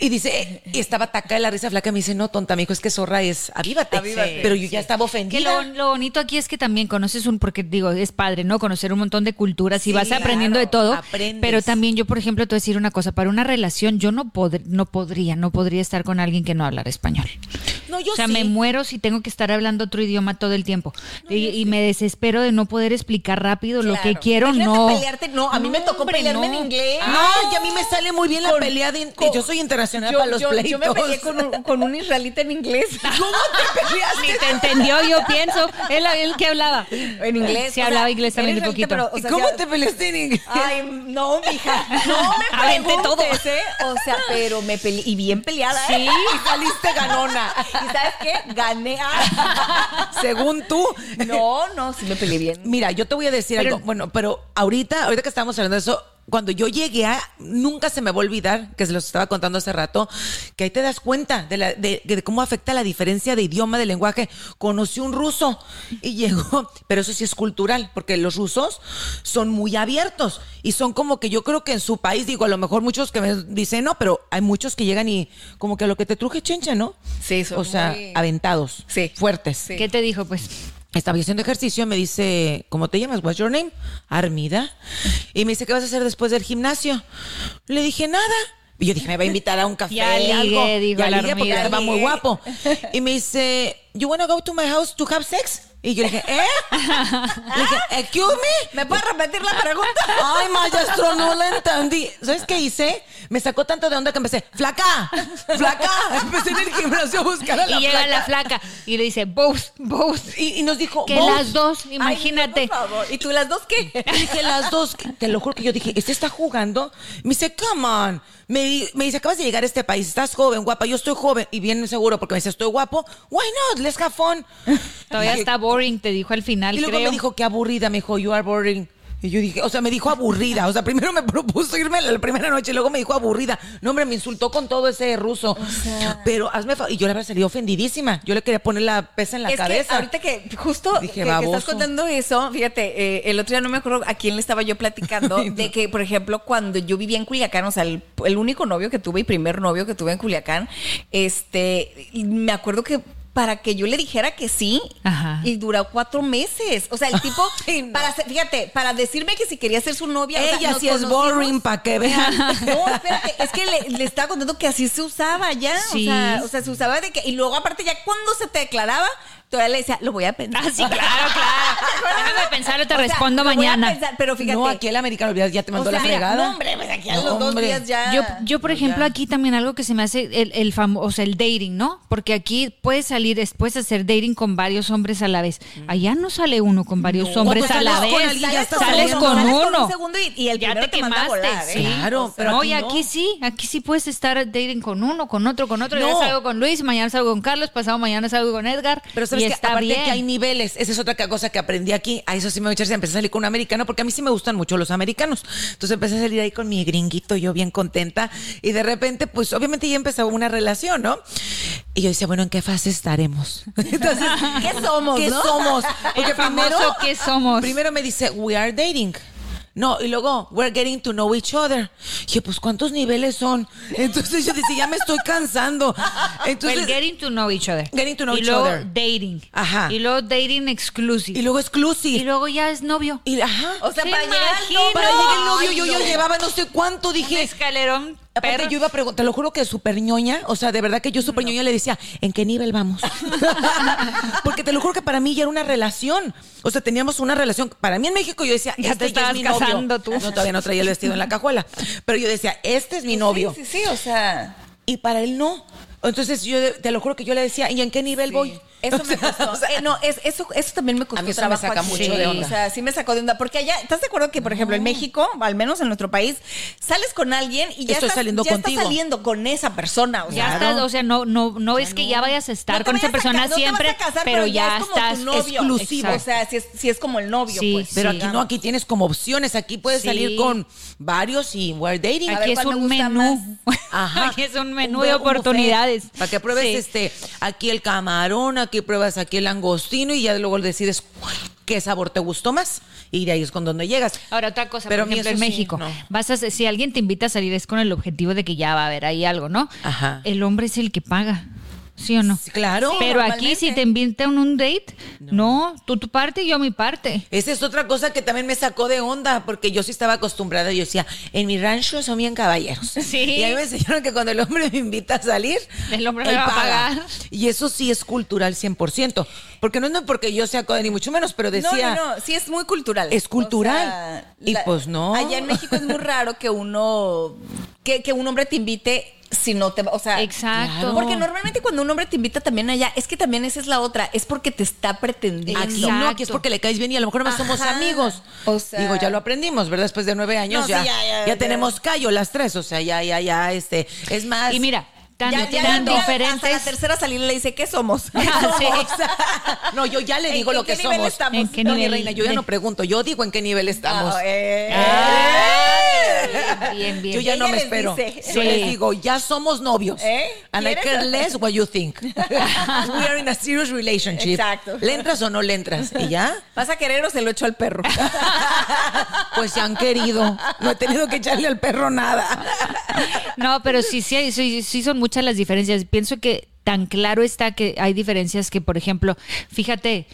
Speaker 2: Y dice, y estaba atacada de la risa flaca. Me dice, no, tonta, mi hijo, es que zorra es avívate.
Speaker 3: Avívate.
Speaker 2: Pero yo ya estaba
Speaker 4: Que
Speaker 2: ofendida.
Speaker 4: lo, lo bonito aquí es que también conoces un, porque digo, es padre, ¿no? Conocer un montón de culturas y
Speaker 2: Sí,
Speaker 4: vas aprendiendo de
Speaker 2: claro,
Speaker 4: todo.
Speaker 2: aprendes.
Speaker 4: Pero también yo, por ejemplo, te voy a decir una cosa, para una relación yo no, pod- no podría, no podría estar con alguien que no hablara español.
Speaker 2: No, yo
Speaker 4: o sea,
Speaker 2: sí.
Speaker 4: me muero si tengo que estar hablando otro idioma todo el tiempo. y, y me desespero de no poder explicar rápido lo que
Speaker 3: Claro.
Speaker 4: quiero,
Speaker 3: Imagínate
Speaker 4: no.
Speaker 3: pelearte- no, a mí me tocó
Speaker 4: hombre,
Speaker 3: pelearme
Speaker 4: no.
Speaker 3: en inglés. [laughs]
Speaker 2: No, y a mí me sale muy bien la
Speaker 3: Con-
Speaker 2: pelea de.
Speaker 3: con-
Speaker 2: yo soy internacional
Speaker 3: Yo,
Speaker 2: para los
Speaker 3: yo-
Speaker 2: pleitos.
Speaker 3: yo me peleé con un, con un israelita
Speaker 2: [laughs]
Speaker 3: en inglés. ¿Cómo te peleaste?
Speaker 4: Ni te entendió, yo pienso. Él, él que hablaba.
Speaker 3: En inglés.
Speaker 4: Sí,
Speaker 3: o sea,
Speaker 4: hablaba inglés también
Speaker 3: era
Speaker 4: un
Speaker 3: israelita,
Speaker 4: poquito.
Speaker 3: pero, o sea,
Speaker 2: ¿Cómo
Speaker 3: sí-
Speaker 2: te peleaste en inglés?
Speaker 3: Ay, no, mija. No me
Speaker 4: [laughs] Aventé todo.
Speaker 3: preguntes, ¿eh? O sea, pero me peleé. Y bien peleada, ¿eh?
Speaker 4: Sí.
Speaker 3: Y saliste ganona. ¿Y sabes qué? Gané. Ah.
Speaker 2: Según tú.
Speaker 3: No, no, sí me peleé bien.
Speaker 2: Mira, yo te voy a decir
Speaker 4: Pero-
Speaker 2: algo. Bueno, pero ahorita, ahorita que estábamos hablando de eso, cuando yo llegué a, nunca se me va a olvidar, que se los estaba contando hace rato, que ahí te das cuenta de, la- de- de cómo afecta la diferencia de idioma, de lenguaje. Conocí un ruso y [laughs] llegó, pero eso sí es cultural, porque los rusos son muy abiertos y son como que yo creo que en su país, digo, a lo mejor muchos que me dicen, no, pero hay muchos que llegan y como que a lo que te truje chencha, ¿no?
Speaker 3: Sí, son
Speaker 2: O sea,
Speaker 3: muy-
Speaker 2: aventados,
Speaker 3: Sí.
Speaker 2: fuertes.
Speaker 3: Sí.
Speaker 4: ¿Qué te dijo, pues?
Speaker 2: Estaba yo haciendo ejercicio, me dice, ¿cómo te llamas? What's your name? Armida. Y me dice, ¿qué vas a hacer después del gimnasio? Le dije, nada. Y yo dije, me va a invitar a un café.
Speaker 4: Ya ligué,
Speaker 2: algo.
Speaker 4: dijo
Speaker 2: ya
Speaker 4: la
Speaker 2: ligué porque
Speaker 4: Armida.
Speaker 2: estaba muy
Speaker 3: Ligué.
Speaker 2: guapo. Y me dice, ¿you wanna go to my house to have sex? Y yo le dije, ¿eh? Le dije, ¿excuse me?
Speaker 3: ¿Me puedes repetir la pregunta?
Speaker 2: Ay, maestro, no la entendí. ¿Sabes qué hice? Me sacó tanto de onda que empecé, flaca, flaca. Empecé en el gimnasio a buscar a la
Speaker 4: Y llega
Speaker 2: flaca.
Speaker 4: la flaca y le dice, both, both.
Speaker 2: Y, y nos dijo,
Speaker 4: Que
Speaker 2: "Vos".
Speaker 4: las dos,
Speaker 3: Ay,
Speaker 4: imagínate.
Speaker 3: por favor. ¿Y tú las dos qué?
Speaker 2: Y dije, las dos, que- te lo juro que yo dije, ¿este está jugando? Me dice, come on. Me, di- me dice, acabas de llegar a este país, estás joven, guapa, yo estoy joven. Y bien seguro, porque me dice, estoy guapo. Why not? Let's have fun.
Speaker 4: Todavía
Speaker 2: Dije,
Speaker 4: está boring, te dijo al final,
Speaker 2: Y luego
Speaker 4: creo.
Speaker 2: me dijo, qué aburrida, me dijo, you are boring. Y yo dije, o sea, me dijo aburrida. O sea, primero me [laughs] propuso irme la primera noche y luego me dijo aburrida. No, hombre, me insultó con todo ese ruso. Pero hazme fa- Y yo le había salido ofendidísima. Yo le quería poner la pesa en la
Speaker 3: es
Speaker 2: cabeza.
Speaker 3: que ahorita que justo
Speaker 2: Dije,
Speaker 3: que- que, estás
Speaker 2: baboso.
Speaker 3: contando eso, fíjate, eh, el otro día no me acuerdo a quién le estaba
Speaker 2: [laughs]
Speaker 3: yo platicando de que, por ejemplo, cuando yo vivía en Culiacán, o sea, el, el único novio que tuve y primer novio que tuve en Culiacán, este, y me acuerdo que para que yo le dijera que sí
Speaker 4: Ajá.
Speaker 3: y duró cuatro meses. O sea, el tipo,
Speaker 2: Ay, no.
Speaker 3: para ser- fíjate, para decirme que si quería ser su novia. o sea,
Speaker 2: Ella
Speaker 3: nos
Speaker 2: sí es
Speaker 3: conocimos-
Speaker 2: boring, para que vean.
Speaker 3: [laughs] no, espérate, es que le, le estaba contando que así se usaba ya.
Speaker 4: Sí.
Speaker 3: O, sea, o sea, se usaba de que. Y luego, aparte, ya cuando se te declaraba, todavía le decía, lo voy a pensar.
Speaker 4: [laughs] Ah, sí,
Speaker 3: [laughs]
Speaker 4: claro, claro. Déjame pensarlo, te
Speaker 3: O sea,
Speaker 4: respondo
Speaker 3: lo voy a
Speaker 4: mañana.
Speaker 3: pensar, pero fíjate.
Speaker 2: No, aquí el americano ya ya te mandó
Speaker 3: o sea,
Speaker 2: la
Speaker 3: mira,
Speaker 2: fregada.
Speaker 3: No, hombre, pues aquí a
Speaker 2: No,
Speaker 3: los dos
Speaker 2: hombre.
Speaker 3: días ya.
Speaker 4: Yo, yo, por ejemplo,
Speaker 2: ya.
Speaker 4: aquí también algo que se me hace el, el famoso, el dating, ¿no? Porque aquí puedes salir, después hacer dating con varios hombres a la vez. Allá no sale uno con varios hombres
Speaker 2: Cuando
Speaker 4: a la
Speaker 2: pues sales con
Speaker 4: vez.
Speaker 2: alguien, ya estás
Speaker 4: sales
Speaker 2: saliendo.
Speaker 4: con
Speaker 3: Sales con
Speaker 4: uno.
Speaker 3: un segundo y- y el
Speaker 4: ya
Speaker 3: primero
Speaker 4: te
Speaker 3: te manda a
Speaker 4: quemaste.
Speaker 3: volar, ¿eh?
Speaker 4: sí.
Speaker 2: Claro, pero
Speaker 4: No,
Speaker 2: aquí
Speaker 4: y
Speaker 2: no.
Speaker 4: aquí sí, aquí sí puedes estar dating con uno, con otro, con otro.
Speaker 2: No.
Speaker 4: Ya salgo con Luis, mañana salgo con Carlos, pasado mañana salgo con Edgar.
Speaker 2: Pero sabes
Speaker 4: y
Speaker 2: que
Speaker 4: está
Speaker 2: aparte
Speaker 4: bien.
Speaker 2: que hay niveles, esa es otra ca- cosa que aprendí aquí, a eso sí me voy a echar, si empecé a salir con un americano, porque a mí sí me gustan mucho los americanos. Entonces empecé a salir ahí con mi gringuito, yo bien contenta, y de repente, pues obviamente ya empezaba una relación, ¿no? Y yo decía, bueno, ¿en qué fase estaremos? [laughs] Entonces,
Speaker 3: ¿Qué somos,
Speaker 2: ¿Qué
Speaker 3: no?
Speaker 2: somos?
Speaker 4: El famoso, ¿qué somos?
Speaker 2: Primero me dice, we are dating. No, y luego, we're getting to know each other. Dije, pues, ¿cuántos niveles son? Entonces yo decía, ya me estoy cansando. Entonces,
Speaker 4: [laughs] Well, getting to know each other.
Speaker 2: Getting to know
Speaker 4: y
Speaker 2: each
Speaker 4: luego
Speaker 2: other.
Speaker 4: dating.
Speaker 2: Ajá.
Speaker 4: Y luego dating exclusive.
Speaker 2: y luego
Speaker 4: Y
Speaker 2: exclusive.
Speaker 4: luego ya es novio.
Speaker 2: Y, ajá.
Speaker 3: O sea,
Speaker 4: ¿Te
Speaker 3: para llegar al
Speaker 4: imaginas?
Speaker 3: novio.
Speaker 2: para llegar el novio,
Speaker 3: Ay,
Speaker 2: yo, yo
Speaker 3: no.
Speaker 2: llevaba no sé cuánto,
Speaker 4: Un
Speaker 2: dije.
Speaker 4: escalerón.
Speaker 2: Aparte,
Speaker 4: perro.
Speaker 2: yo iba a preguntar, te lo juro que súper ñoña, o sea, de verdad que yo súper ñoña le decía, ¿en qué nivel vamos?
Speaker 3: [laughs]
Speaker 2: Porque te lo juro que para mí ya era una relación. O sea, teníamos una relación. Para mí en México yo decía,
Speaker 4: Ya
Speaker 2: este
Speaker 4: te estabas
Speaker 2: es mi novio.
Speaker 4: casando tú.
Speaker 2: No, todavía no traía el vestido en la cajuela. Pero yo decía, este es mi novio.
Speaker 3: Sí, sí, sí, o sea.
Speaker 2: Y para él no. Entonces, yo de- te lo juro que yo le decía, ¿y en qué nivel voy?
Speaker 3: Eso
Speaker 2: [laughs] O
Speaker 3: me
Speaker 2: sea,
Speaker 3: costó.
Speaker 2: o sea,
Speaker 3: Eh, no, es- eso, eso también me costó
Speaker 2: A mí eso me
Speaker 3: trabajo.
Speaker 2: saca
Speaker 3: aquí.
Speaker 2: mucho
Speaker 3: Sí,
Speaker 2: de onda.
Speaker 3: O sea, sí me sacó de onda. Porque allá, ¿estás de acuerdo que, por ejemplo, en México, al menos en nuestro país, sales con alguien y ya,
Speaker 2: Estoy
Speaker 3: estás,
Speaker 2: saliendo
Speaker 3: ya estás
Speaker 2: contigo.
Speaker 3: saliendo con esa persona? O sea,
Speaker 4: Ya
Speaker 2: Claro.
Speaker 4: estás, o sea, no, no, no es que ya vayas a estar
Speaker 3: no te
Speaker 4: con esa
Speaker 3: vayas a
Speaker 4: persona
Speaker 3: ca- no te
Speaker 4: siempre,
Speaker 3: vas a casar,
Speaker 4: pero, ya
Speaker 3: es como
Speaker 4: estás
Speaker 3: tu novio.
Speaker 2: exclusivo.
Speaker 3: O sea, si es, si es como el novio,
Speaker 4: Sí,
Speaker 3: pues.
Speaker 2: Pero
Speaker 4: sí.
Speaker 2: aquí no, aquí tienes como opciones. Aquí puedes
Speaker 4: Sí.
Speaker 2: salir con varios y we're dating.
Speaker 4: Aquí
Speaker 3: ver,
Speaker 4: es
Speaker 3: ¿cuál
Speaker 4: [laughs]
Speaker 3: me
Speaker 4: un
Speaker 3: gusta
Speaker 4: menú.
Speaker 2: Ajá.
Speaker 4: [laughs] Aquí es un menú
Speaker 2: bu-
Speaker 4: de
Speaker 2: un buffet.
Speaker 4: oportunidades.
Speaker 2: Para que pruebes
Speaker 4: Sí.
Speaker 2: este, aquí el camarón, aquí pruebas aquí el langostino y ya luego decides cuál- qué sabor te gustó más. Y de ahí es con donde llegas.
Speaker 4: Ahora, otra cosa,
Speaker 2: Pero a
Speaker 4: por
Speaker 2: mí
Speaker 4: ejemplo, en
Speaker 2: eso sí,
Speaker 4: México,
Speaker 2: no.
Speaker 4: vas a, si alguien te invita a salir es con el objetivo de que ya va a haber ahí algo, ¿no?
Speaker 2: Ajá.
Speaker 4: El hombre es el que paga. O ¿sí o no?
Speaker 2: Sí, claro. Sí,
Speaker 4: Pero aquí
Speaker 3: normalmente.
Speaker 4: si te invitan un date, no. tú tu parte y yo mi parte.
Speaker 2: Esa es otra cosa que también me sacó de onda, porque yo sí estaba acostumbrada. Yo decía, en mi rancho son bien caballeros.
Speaker 4: Sí.
Speaker 2: Y a mí me enseñaron que cuando el hombre me invita a salir,
Speaker 4: El hombre me va a pagar.
Speaker 2: Y eso sí es cultural 100%. Porque no es porque yo sea coda, ni mucho menos, pero decía.
Speaker 3: No, no, no, sí es muy cultural.
Speaker 2: Es
Speaker 3: O
Speaker 2: cultural.
Speaker 3: sea,
Speaker 2: Y pues no.
Speaker 3: Allá en México es muy raro que uno, que, que un hombre te invite si no te va, o sea.
Speaker 4: Exacto.
Speaker 3: Porque normalmente cuando un hombre te invita también allá, es que también esa es la otra, es porque te está pretendiendo.
Speaker 2: Aquí
Speaker 4: Exacto.
Speaker 2: "Ah, no, aquí es porque le caes bien y a lo mejor no somos
Speaker 3: Ajá.
Speaker 2: amigos.
Speaker 3: O sea-
Speaker 2: Digo, ya lo aprendimos, ¿verdad? Después de nueve años
Speaker 3: No, sí,
Speaker 2: ya,
Speaker 3: ya, ya,
Speaker 2: ya,
Speaker 3: ya.
Speaker 2: tenemos callo las tres. O sea, ya, ya, ya, este. Es más.
Speaker 4: Y mira, tan,
Speaker 3: Ya, ya,
Speaker 4: tan
Speaker 3: ya, Hasta la
Speaker 4: diferentes.
Speaker 3: tercera salida le dice,
Speaker 2: [laughs]
Speaker 3: ¿qué somos? [laughs]
Speaker 2: Ah, Sí, exacto. No, yo ya le
Speaker 3: ¿En
Speaker 2: digo
Speaker 3: qué-
Speaker 2: lo que
Speaker 3: qué nivel
Speaker 2: somos.
Speaker 3: estamos?
Speaker 4: ¿En qué
Speaker 2: No, mi
Speaker 4: nivel?
Speaker 2: reina, yo ya no pregunto, yo digo en qué nivel estamos. Ah.
Speaker 3: Ah, eh.
Speaker 2: [laughs]
Speaker 4: Bien, bien, bien.
Speaker 2: Yo ya no
Speaker 3: Ella
Speaker 2: me
Speaker 3: les
Speaker 2: espero.
Speaker 3: dice.
Speaker 2: Yo
Speaker 4: Sí.
Speaker 2: les digo, ya somos novios.
Speaker 3: ¿Eh?
Speaker 2: And I
Speaker 3: ¿Quieres?
Speaker 2: care less what you
Speaker 3: [laughs]
Speaker 2: think. [laughs] We are in a serious relationship.
Speaker 3: Exacto.
Speaker 2: ¿Le entras o no le entras? ¿Y ya? [laughs]
Speaker 3: ¿Vas a querer o se lo echo al perro?
Speaker 2: Pues se han querido. No he tenido que echarle al perro nada. [laughs]
Speaker 4: No, pero sí, sí, hay- sí, sí son muchas las diferencias. Pienso que tan claro está que hay diferencias que, por ejemplo, fíjate,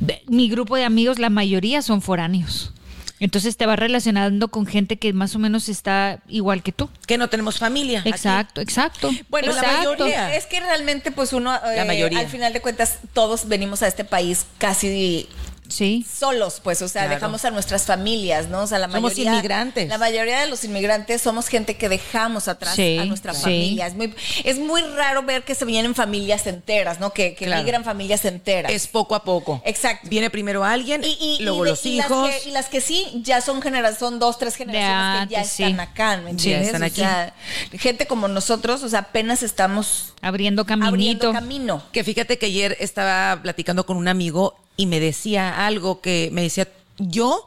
Speaker 4: de- mi grupo de amigos, la mayoría son foráneos. Entonces te vas relacionando con gente que más o menos está igual que tú.
Speaker 2: Que no tenemos familia.
Speaker 4: Exacto, exacto.
Speaker 2: Bueno, la
Speaker 4: exacto.
Speaker 2: mayoría.
Speaker 3: Es- Es que realmente, pues uno, eh,
Speaker 2: mayoría.
Speaker 3: al final de cuentas, todos venimos a este país casi
Speaker 4: Sí.
Speaker 3: solos, pues, o sea,
Speaker 2: Claro.
Speaker 3: dejamos a nuestras familias, ¿no? O sea, la
Speaker 2: Somos
Speaker 3: mayoría.
Speaker 2: inmigrantes.
Speaker 3: La mayoría de los inmigrantes somos gente que dejamos atrás
Speaker 4: Sí,
Speaker 3: a nuestra
Speaker 4: sí.
Speaker 3: familia. Es muy, es muy raro ver que se vienen familias enteras, ¿no? Que, que
Speaker 2: Claro.
Speaker 3: migran familias enteras.
Speaker 2: Es poco a poco.
Speaker 3: Exacto.
Speaker 2: Viene primero alguien,
Speaker 3: Y, y- y
Speaker 2: luego
Speaker 3: de-
Speaker 2: los
Speaker 3: y las
Speaker 2: hijos.
Speaker 3: que- y las que sí, ya son generaciones, son dos, tres generaciones que ya
Speaker 4: antes, sí.
Speaker 3: están acá, ¿me
Speaker 2: Sí, ya
Speaker 3: entiendes?
Speaker 2: están
Speaker 3: O
Speaker 2: aquí.
Speaker 3: sea, gente como nosotros, o sea, apenas estamos
Speaker 4: Abriendo caminito.
Speaker 3: abriendo camino.
Speaker 2: Que fíjate que ayer estaba platicando con un amigo y me decía algo que me decía, yo,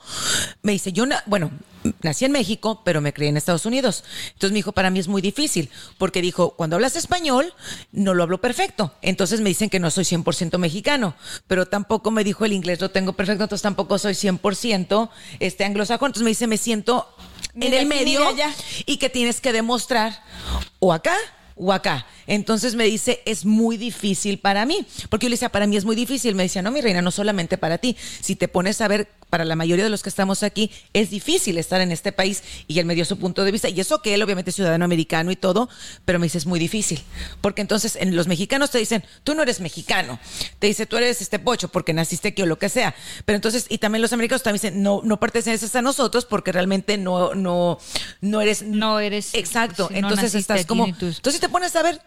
Speaker 2: me dice, yo, na- bueno, nací en México, pero me crié en Estados Unidos. Entonces me dijo, para mí es muy difícil, porque dijo, cuando hablas español, no lo hablo perfecto. Entonces me dicen que no soy 100% mexicano, pero tampoco me dijo el inglés lo tengo perfecto, entonces tampoco soy 100% este anglosajón. Entonces me dice, me siento en
Speaker 3: Mira
Speaker 2: el
Speaker 3: aquí,
Speaker 2: medio
Speaker 3: mira allá.
Speaker 2: y que tienes que demostrar o acá o acá. Entonces me dice, es muy difícil para mí. Porque yo le decía, para mí es muy difícil. Me decía, no, mi reina, no solamente para ti. Si te pones a ver, para la mayoría de los que estamos aquí, es difícil estar en este país. Y él me dio su punto de vista. Y eso que él, obviamente, es ciudadano americano y todo, pero me dice, es muy difícil. Porque entonces en los mexicanos te dicen, tú no eres mexicano. Te dice, tú eres este pocho porque naciste aquí o lo que sea. Pero entonces, y también los americanos también dicen, no, no perteneces a nosotros porque realmente no, no, no eres
Speaker 4: No eres-
Speaker 2: Exacto.
Speaker 4: sí, no
Speaker 2: entonces
Speaker 4: naciste
Speaker 2: estás
Speaker 4: aquí
Speaker 2: como.
Speaker 4: ni tus-
Speaker 2: Entonces si te pones a ver.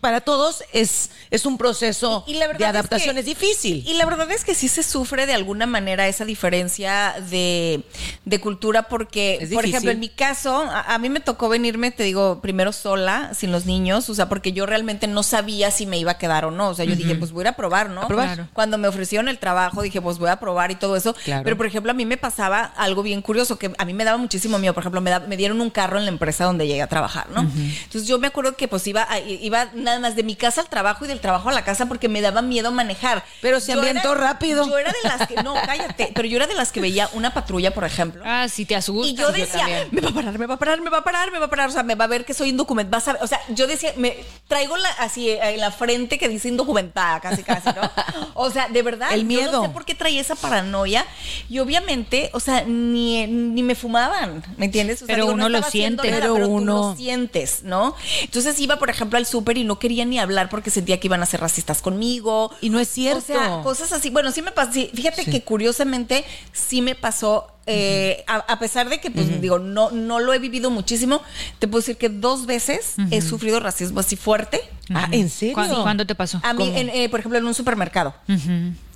Speaker 2: Para todos es, es un proceso
Speaker 3: Y la verdad
Speaker 2: de
Speaker 3: es que-
Speaker 2: adaptación, es, difícil.
Speaker 3: Y la verdad es que sí se sufre de alguna manera esa diferencia de, de cultura porque,
Speaker 2: Es
Speaker 3: por
Speaker 2: difícil.
Speaker 3: ejemplo, en mi caso, a, a mí me tocó venirme, te digo, primero sola, sin los niños, o sea, porque yo realmente no sabía si me iba a quedar o no. O sea, yo dije, pues voy a ir a probar, ¿no?
Speaker 2: A probar. Claro.
Speaker 3: Cuando me ofrecieron el trabajo, dije, pues voy a probar y todo eso.
Speaker 2: Claro.
Speaker 3: Pero, por ejemplo, a mí me pasaba algo bien curioso, que a mí me daba muchísimo miedo. Por ejemplo, me, da- me dieron un carro en la empresa donde llegué a trabajar, ¿no? Entonces yo me acuerdo que pues iba, a- iba nada más de mi casa al trabajo y del trabajo a la casa porque me daba miedo manejar.
Speaker 2: Pero se
Speaker 3: Yo
Speaker 2: ambientó
Speaker 3: era-
Speaker 2: rápido.
Speaker 3: Yo era de las que, no, cállate, pero yo era de las que veía una patrulla, por ejemplo.
Speaker 4: Ah, sí, te asusta.
Speaker 3: Y yo decía, me va a parar, me va a parar, me va a parar, me va a parar. O sea, me va a ver que soy indocumentada. Vas a ver. O sea, yo decía, me traigo la, así eh, en la frente que dice indocumentada, casi,
Speaker 2: [laughs]
Speaker 3: casi, ¿no? O sea, de verdad.
Speaker 2: El
Speaker 3: Yo
Speaker 2: miedo.
Speaker 3: no sé por qué traía esa paranoia. Y obviamente, o sea, ni, ni me fumaban, ¿me entiendes? O sea,
Speaker 4: Pero
Speaker 3: digo,
Speaker 4: uno lo
Speaker 3: estaba haciendo
Speaker 4: siente.
Speaker 2: Pero
Speaker 3: nada, pero tú
Speaker 2: uno-
Speaker 3: lo sientes, ¿no? Entonces iba, por ejemplo, al súper y no quería ni hablar porque sentía que iban a ser racistas conmigo.
Speaker 2: Y no es cierto.
Speaker 3: O sea, cosas así. Bueno, sí me pasó. fíjate que curiosamente sí me pasó. eh, a, a pesar de que, pues, digo, no, no lo he vivido muchísimo, te puedo decir que dos veces he sufrido racismo así fuerte.
Speaker 2: ah, ¿en serio?
Speaker 4: ¿Cuándo, cuándo te pasó?
Speaker 3: A mí, en, eh, por ejemplo, en un supermercado.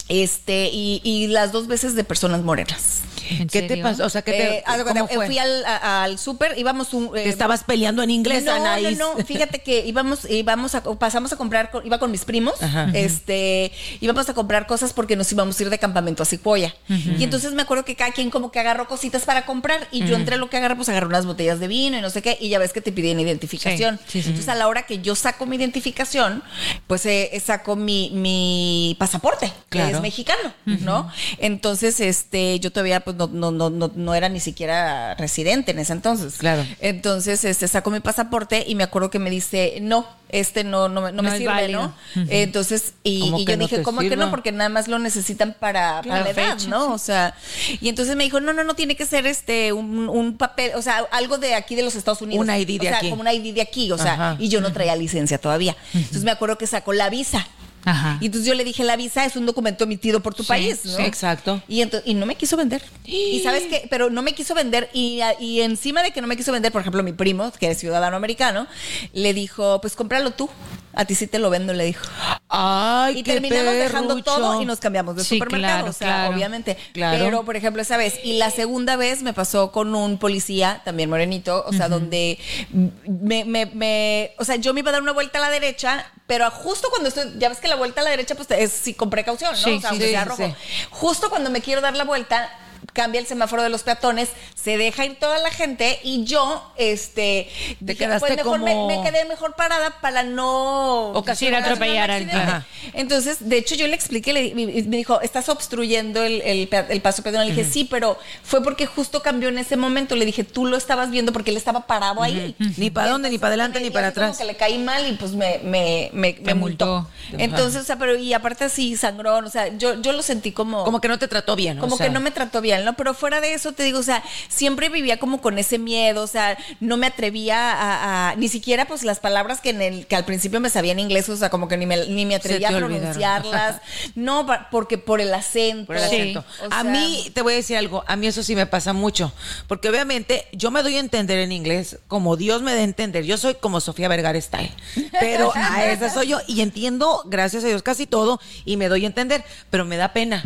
Speaker 3: Este, y, y las dos veces de personas morenas.
Speaker 4: ¿En
Speaker 2: ¿Qué te
Speaker 4: serio?
Speaker 2: pasó? O sea, ¿qué te,
Speaker 3: Eh, haz de cuenta,
Speaker 2: ¿cómo
Speaker 3: eh,
Speaker 2: fue?
Speaker 3: Fui al, a- al súper, íbamos un. eh,
Speaker 2: Te estabas peleando en inglés,
Speaker 3: no,
Speaker 2: Anaís.
Speaker 3: No, no, fíjate que íbamos, íbamos a, pasamos a comprar, con- iba con mis primos,
Speaker 2: Ajá.
Speaker 3: este, íbamos a comprar cosas porque nos íbamos a ir de campamento a Cipolla. Y entonces me acuerdo que cada quien como que agarró cositas para comprar y yo entre lo que agarré, pues agarré unas botellas de vino y no sé qué, y ya ves que te piden identificación.
Speaker 4: Sí, sí, sí.
Speaker 3: Entonces a la hora que yo saco mi identificación, pues eh, eh, saco mi, mi pasaporte, que
Speaker 2: Claro.
Speaker 3: es mexicano, ¿no? Entonces, este, yo todavía pues no, no, no, no, no era ni siquiera residente en ese entonces.
Speaker 2: Claro.
Speaker 3: Entonces, este, saco mi pasaporte y me acuerdo que me dice, no, este no, no, me- no me
Speaker 4: No es
Speaker 3: sirve,
Speaker 4: válido.
Speaker 3: ¿no? Entonces, y,
Speaker 2: ¿Cómo
Speaker 3: y
Speaker 2: que
Speaker 3: yo
Speaker 2: no
Speaker 3: dije,
Speaker 2: te
Speaker 3: ¿cómo que
Speaker 2: sirva?
Speaker 3: no? Porque nada más lo necesitan para, para
Speaker 4: Claro,
Speaker 3: la edad,
Speaker 4: fecha,
Speaker 3: ¿no? O sea, y entonces me dijo, no, no, no, tiene que ser este un, un papel, o sea, algo de aquí de los Estados Unidos.
Speaker 2: Un ID de
Speaker 3: o sea,
Speaker 2: aquí.
Speaker 3: como un ID de aquí, o sea,
Speaker 2: Ajá.
Speaker 3: y yo no traía licencia todavía. Entonces me acuerdo que sacó la visa.
Speaker 4: Ajá.
Speaker 3: Y entonces yo le dije, la visa es un documento emitido por tu
Speaker 4: Sí,
Speaker 3: país, ¿no?
Speaker 2: sí, exacto.
Speaker 3: Y, ento- y no me quiso vender. Y sabes qué, pero no me quiso vender y, y encima de que no me quiso vender, por ejemplo, mi primo, que es ciudadano americano, le dijo, pues cómpralo tú, a ti sí te lo vendo, le dijo.
Speaker 2: Ay,
Speaker 3: Y
Speaker 2: qué
Speaker 3: terminamos dejando
Speaker 2: perrucho.
Speaker 3: todo y nos cambiamos de
Speaker 4: Sí,
Speaker 3: supermercado,
Speaker 4: claro,
Speaker 3: o sea,
Speaker 4: claro.
Speaker 3: obviamente.
Speaker 2: Claro.
Speaker 3: Pero, por ejemplo, esa vez. Y la segunda vez me pasó con un policía, también morenito, o sea, donde me, me- me- O sea, yo me iba a dar una vuelta a la derecha, pero justo cuando estoy. Ya ves que la vuelta a la derecha, pues es sí, con precaución, ¿no?
Speaker 4: Sí,
Speaker 3: o sea,
Speaker 4: sí,
Speaker 3: aunque
Speaker 4: sí,
Speaker 3: sea
Speaker 4: sí,
Speaker 3: rojo.
Speaker 4: sí.
Speaker 3: Justo cuando me quiero dar la vuelta cambia el semáforo de los peatones, se deja ir toda la gente y yo, este,
Speaker 2: Te
Speaker 3: dije,
Speaker 2: quedaste
Speaker 3: pues mejor me-
Speaker 2: como-
Speaker 3: me quedé mejor parada para no
Speaker 4: Ocasionar atropellar a
Speaker 3: un
Speaker 4: alguien.
Speaker 3: accidente.
Speaker 4: Ajá.
Speaker 3: Entonces, de hecho, yo le expliqué, le di- y me dijo, estás obstruyendo el, el pe- el paso peatonal. Le dije, sí, pero fue porque justo cambió en ese momento. Le dije, tú lo estabas viendo porque él estaba parado ahí.
Speaker 2: Ni para dónde, ni para adelante, ni
Speaker 3: Y
Speaker 2: para
Speaker 3: así como
Speaker 2: atrás.
Speaker 3: que le caí mal y pues me, me, me, me multó.
Speaker 4: multó.
Speaker 3: Entonces, o sea, pero y aparte así, sangrón, o sea, yo, yo lo sentí como...
Speaker 2: Como que no te trató bien. o
Speaker 3: Como
Speaker 2: sea.
Speaker 3: que no me trató bien, ¿no? Pero fuera de eso, te digo, o sea, siempre vivía como con ese miedo, o sea, no me atrevía a, a- ni siquiera pues las palabras que en el, que al principio me sabía en inglés, o sea, como que ni me, ni me atrevía
Speaker 2: te
Speaker 3: a
Speaker 2: olvidaron.
Speaker 3: pronunciarlas,
Speaker 2: [laughs]
Speaker 3: no, pa- porque por el acento.
Speaker 2: Por el
Speaker 4: Sí.
Speaker 2: acento.
Speaker 3: O
Speaker 2: a
Speaker 3: sea,
Speaker 2: mí, te voy a decir algo, a mí eso sí me pasa mucho, porque obviamente yo me doy a entender en inglés como Dios me dé a entender. Yo soy como Sofía Vergara Style, pero a esa soy yo y entiendo, gracias a Dios, casi todo y me doy a entender, pero me da pena.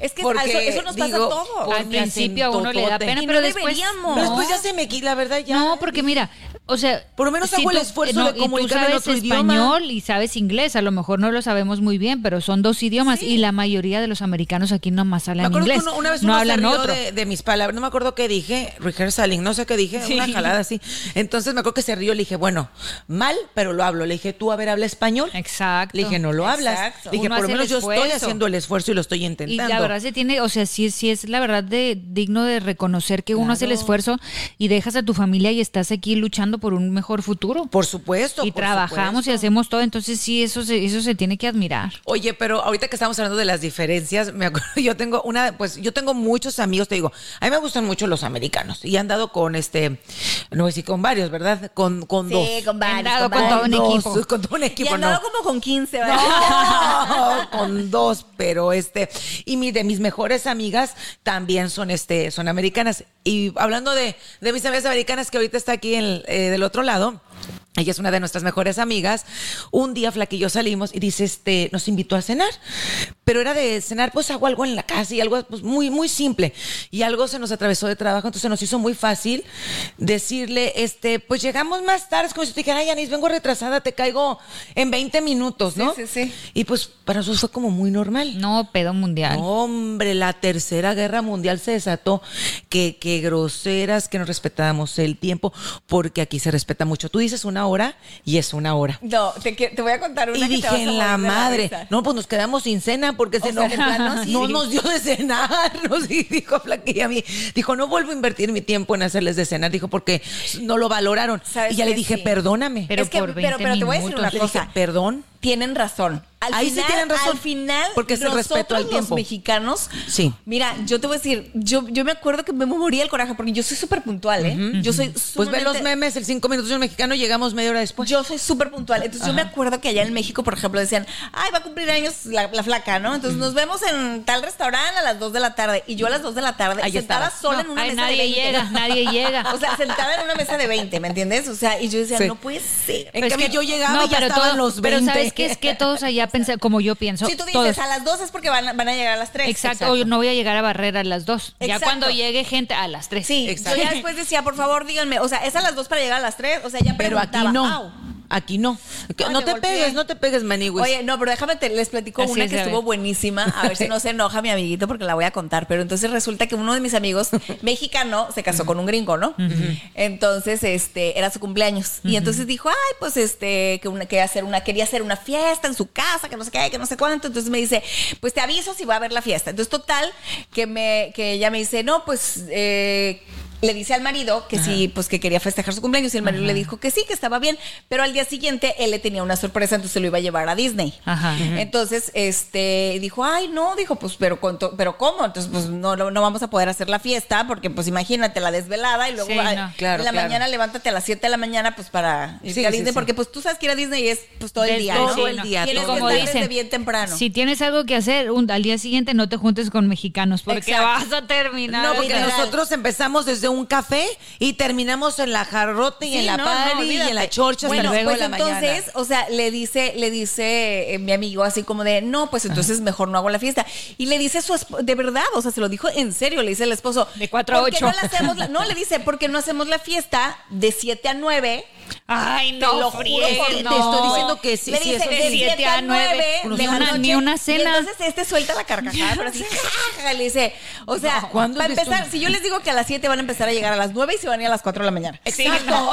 Speaker 3: es que
Speaker 2: Porque
Speaker 3: eso, eso nos pasa
Speaker 2: digo,
Speaker 3: a todos.
Speaker 2: por
Speaker 4: Al
Speaker 2: mi
Speaker 4: principio a uno le da
Speaker 2: acentotote.
Speaker 4: pena,
Speaker 3: Y
Speaker 4: pero
Speaker 3: no
Speaker 4: después.
Speaker 3: deberíamos.
Speaker 2: Pero después ya se me quita, la verdad, ya.
Speaker 4: No, porque mira, o sea,
Speaker 2: Por lo menos hago el esfuerzo de
Speaker 4: y
Speaker 2: comunicarme en
Speaker 4: tú sabes
Speaker 2: otro idioma.
Speaker 4: español y sabes inglés, a lo mejor no lo sabemos muy bien, pero son dos idiomas y la mayoría de los americanos aquí nomás
Speaker 2: Me
Speaker 4: hablan
Speaker 2: acuerdo
Speaker 4: inglés,
Speaker 2: que uno- una vez
Speaker 4: no
Speaker 2: uno se
Speaker 4: hablan
Speaker 2: rió
Speaker 4: otro.
Speaker 2: De, de mis palabras, no me acuerdo qué dije, rehearsaling, no sé qué dije, una jalada así. Entonces me acuerdo que se rió, le dije, bueno, mal, pero lo hablo. Le dije, tú, a ver, habla español.
Speaker 4: Exacto.
Speaker 2: Le dije, no lo hablas.
Speaker 3: Exacto.
Speaker 2: Le dije,
Speaker 4: Uno
Speaker 2: por lo
Speaker 4: hace el
Speaker 2: menos yo estoy
Speaker 4: esfuerzo.
Speaker 2: haciendo el esfuerzo y lo estoy
Speaker 4: Y
Speaker 2: intentando.
Speaker 4: la verdad se tiene, o sea, sí, sí es la verdad de digno de reconocer que uno hace el esfuerzo y dejas a tu familia y estás aquí luchando por un mejor futuro.
Speaker 2: por supuesto.
Speaker 4: y
Speaker 2: por
Speaker 4: trabajamos y
Speaker 2: supuesto.
Speaker 4: hacemos todo, entonces sí, eso se, eso se tiene que admirar.
Speaker 2: Oye, pero ahorita que estamos hablando de las diferencias, me acuerdo, [laughs] yo tengo una, pues yo tengo muchos amigos, te digo, a mí me gustan mucho los americanos y he andado con este, no voy a decir con varios, ¿verdad? Con, con
Speaker 3: Sí,
Speaker 2: dos.
Speaker 3: con varios,
Speaker 2: He
Speaker 4: con todo un
Speaker 2: dos,
Speaker 4: equipo.
Speaker 2: Con todo un
Speaker 3: Y
Speaker 2: equipo,
Speaker 3: andaba
Speaker 2: no.
Speaker 3: como con 15, ¿verdad?
Speaker 2: No, [laughs] con dos, pero este, y mi, de mis mejores amigas también son este, son americanas. Y hablando de, de mis amigas americanas que ahorita está aquí en- eh, del otro lado. Ella es una de nuestras mejores amigas. Un día Flaquillo salimos y dice, este, nos invitó a cenar, pero era de cenar, pues hago algo en la casa y algo pues, muy, muy simple. Y algo se nos atravesó de trabajo, entonces se nos hizo muy fácil decirle, este, pues llegamos más tarde, es como si te dijera, ay, Yanis, vengo retrasada, te caigo en 20 minutos, ¿no?
Speaker 3: Sí, sí, sí.
Speaker 2: Y pues para nosotros fue como muy normal.
Speaker 4: No, pedo mundial.
Speaker 2: Hombre, la tercera guerra mundial se desató. Que, que groseras, que no respetábamos el tiempo, porque aquí se respeta mucho. Tú dices una hora y es una hora.
Speaker 3: [laughs] No, te, que- te voy a contar una
Speaker 2: Y
Speaker 3: que te
Speaker 2: dije,
Speaker 3: vas a
Speaker 2: en la
Speaker 3: morir de
Speaker 2: madre,
Speaker 3: risa.
Speaker 2: no, pues nos quedamos sin cena porque se
Speaker 3: sea,
Speaker 2: nos,
Speaker 3: de [laughs] plano, sí.
Speaker 2: no nos dio de cenar. [laughs] Nos dijo Flaquilla a mí, dijo, no vuelvo a invertir mi tiempo en hacerles de cenar, dijo, porque no lo valoraron.
Speaker 3: ¿Sabes
Speaker 2: Y ya le
Speaker 3: qué?
Speaker 2: dije,
Speaker 3: Sí.
Speaker 2: perdóname.
Speaker 4: Pero
Speaker 3: es que,
Speaker 4: por 20
Speaker 3: pero, pero te voy a decir una
Speaker 4: minutos.
Speaker 2: Le
Speaker 3: cosa.
Speaker 2: dije, perdón.
Speaker 3: tienen razón. Al
Speaker 2: Ahí sí
Speaker 3: final,
Speaker 2: tienen razón,
Speaker 3: Al final,
Speaker 2: porque es el
Speaker 3: nosotros
Speaker 2: respeto al tiempo.
Speaker 3: los mexicanos,
Speaker 2: Sí.
Speaker 3: Mira, yo te voy a decir, yo, yo me acuerdo que me moría el coraje porque yo soy súper puntual, ¿eh? Yo soy
Speaker 2: Pues ve
Speaker 3: sumamente-
Speaker 2: los memes, el cinco minutos de un mexicano, llegamos media hora después.
Speaker 3: Yo soy súper puntual. Entonces, yo me acuerdo que allá en México, por ejemplo, decían, ay, va a cumplir años la, la flaca, ¿no? Entonces, nos vemos en tal restaurante a las 2 de la tarde. Y yo a las 2 de la tarde,
Speaker 2: Ahí
Speaker 3: sentada
Speaker 2: estabas.
Speaker 3: sola en
Speaker 4: No,
Speaker 3: una
Speaker 4: ay,
Speaker 3: mesa
Speaker 4: nadie
Speaker 3: de 20.
Speaker 4: llega, nadie
Speaker 3: [laughs]
Speaker 4: llega.
Speaker 3: O sea, sentada en una mesa de 20, ¿me entiendes? O sea, y yo decía,
Speaker 2: Sí.
Speaker 3: no puede ser.
Speaker 2: En
Speaker 4: Pero es
Speaker 2: cambio,
Speaker 4: que-
Speaker 2: yo llegaba y ya
Speaker 4: pero
Speaker 2: estaban
Speaker 4: todo-
Speaker 2: los 20.
Speaker 4: Pero ¿sabes qué? Es
Speaker 3: [laughs]
Speaker 4: que todos allá pensan, como yo pienso,
Speaker 3: si tú dices
Speaker 4: todos,
Speaker 3: a las 2 es porque van, a- van a llegar a las 3.
Speaker 4: Exacto, o yo no voy a llegar a barrer a las dos. Ya
Speaker 3: Exacto.
Speaker 4: cuando llegue gente a las tres.
Speaker 3: Sí,
Speaker 2: Exacto.
Speaker 3: yo ya después decía, por favor, díganme, o sea, es a las 2 para llegar a las 3, o sea, ya
Speaker 2: Pero aquí
Speaker 3: preguntaba,
Speaker 2: no.
Speaker 3: "Au".
Speaker 2: Aquí no. Que
Speaker 3: Ah,
Speaker 2: no
Speaker 3: te
Speaker 2: te
Speaker 3: golpeé.
Speaker 2: pegues, no te pegues, Maniwis.
Speaker 3: Oye, no, pero déjame, te, les platico
Speaker 4: Así
Speaker 3: una
Speaker 4: es,
Speaker 3: que
Speaker 4: a ver.
Speaker 3: estuvo buenísima. A ver si no se enoja mi amiguito porque la voy a contar. Pero entonces resulta que uno de mis amigos [laughs] mexicano se casó con un gringo, ¿no? Entonces, este, era su cumpleaños. Y entonces dijo, ay, pues este, que una, que hacer una, quería hacer una fiesta en su casa, que no sé qué, que no sé cuánto. Entonces me dice, pues te aviso si va a haber la fiesta. Entonces, total, que me, que ella me dice, no, pues, eh, le dice al marido que sí, pues que quería festejar su cumpleaños y el marido le dijo que sí, que estaba bien, pero al día siguiente él le tenía una sorpresa, entonces lo iba a llevar a Disney.
Speaker 4: Ajá. Ujú.
Speaker 3: Entonces, este, dijo, ay, no, dijo, pues, pero, con to- pero ¿cómo? Entonces, pues, no, no no vamos a poder hacer la fiesta porque, pues, imagínate la desvelada y luego
Speaker 4: Sí,
Speaker 3: ay,
Speaker 4: no.
Speaker 2: Claro,
Speaker 3: en la
Speaker 2: claro.
Speaker 3: mañana levántate a las 7 de la mañana, pues, para irte
Speaker 2: Sí,
Speaker 3: a
Speaker 2: sí,
Speaker 3: Disney,
Speaker 2: sí.
Speaker 3: porque, pues, tú sabes que ir a Disney es, pues, todo el
Speaker 4: Del
Speaker 3: día,
Speaker 4: todo
Speaker 3: ¿no?
Speaker 2: el día,
Speaker 3: Tienes
Speaker 2: todo
Speaker 3: que
Speaker 2: el
Speaker 4: Como
Speaker 3: estar
Speaker 4: dicen,
Speaker 3: desde bien temprano.
Speaker 4: si tienes algo que hacer, un- al día siguiente no te juntes con mexicanos porque
Speaker 3: Exacto.
Speaker 4: vas a terminar.
Speaker 2: No, porque
Speaker 3: literal.
Speaker 2: nosotros empezamos desde un café y terminamos en la jarrota y
Speaker 3: Sí,
Speaker 2: en la
Speaker 3: no, no,
Speaker 2: party y
Speaker 3: olvídate.
Speaker 2: en la chorcha hasta
Speaker 3: Bueno,
Speaker 2: luego
Speaker 3: pues
Speaker 2: de la
Speaker 3: entonces,
Speaker 2: mañana.
Speaker 3: o sea, le dice, le dice eh, mi amigo así como de, no, pues entonces mejor no hago la fiesta. Y le dice su esp- de verdad, o sea, se lo dijo en serio, le dice el esposo.
Speaker 4: De cuatro a
Speaker 3: "¿Por qué
Speaker 4: ocho".
Speaker 3: No, la hacemos la- no, le dice, porque no hacemos la fiesta de 7 a 9.
Speaker 4: Ay, no,
Speaker 3: Te lo juro,
Speaker 4: friegues,
Speaker 3: porque
Speaker 4: no.
Speaker 3: te estoy
Speaker 2: diciendo que sí,
Speaker 3: Le
Speaker 2: sí,
Speaker 3: dice
Speaker 2: eso
Speaker 3: de
Speaker 2: sí.
Speaker 3: 7 a 9
Speaker 4: pues, Ni
Speaker 3: de la
Speaker 4: una-
Speaker 3: noche.
Speaker 4: ni una
Speaker 3: Y
Speaker 4: cena.
Speaker 3: entonces este suelta la carcajada, pero [laughs] así, jajaja, le dice, o sea,
Speaker 2: ¿cuándo
Speaker 3: para
Speaker 2: eres tú?
Speaker 3: empezar, si yo les digo que a las 7 van a empezar a llegar a las 9 y se van a ir a las 4 de la mañana. [laughs]
Speaker 2: Exacto,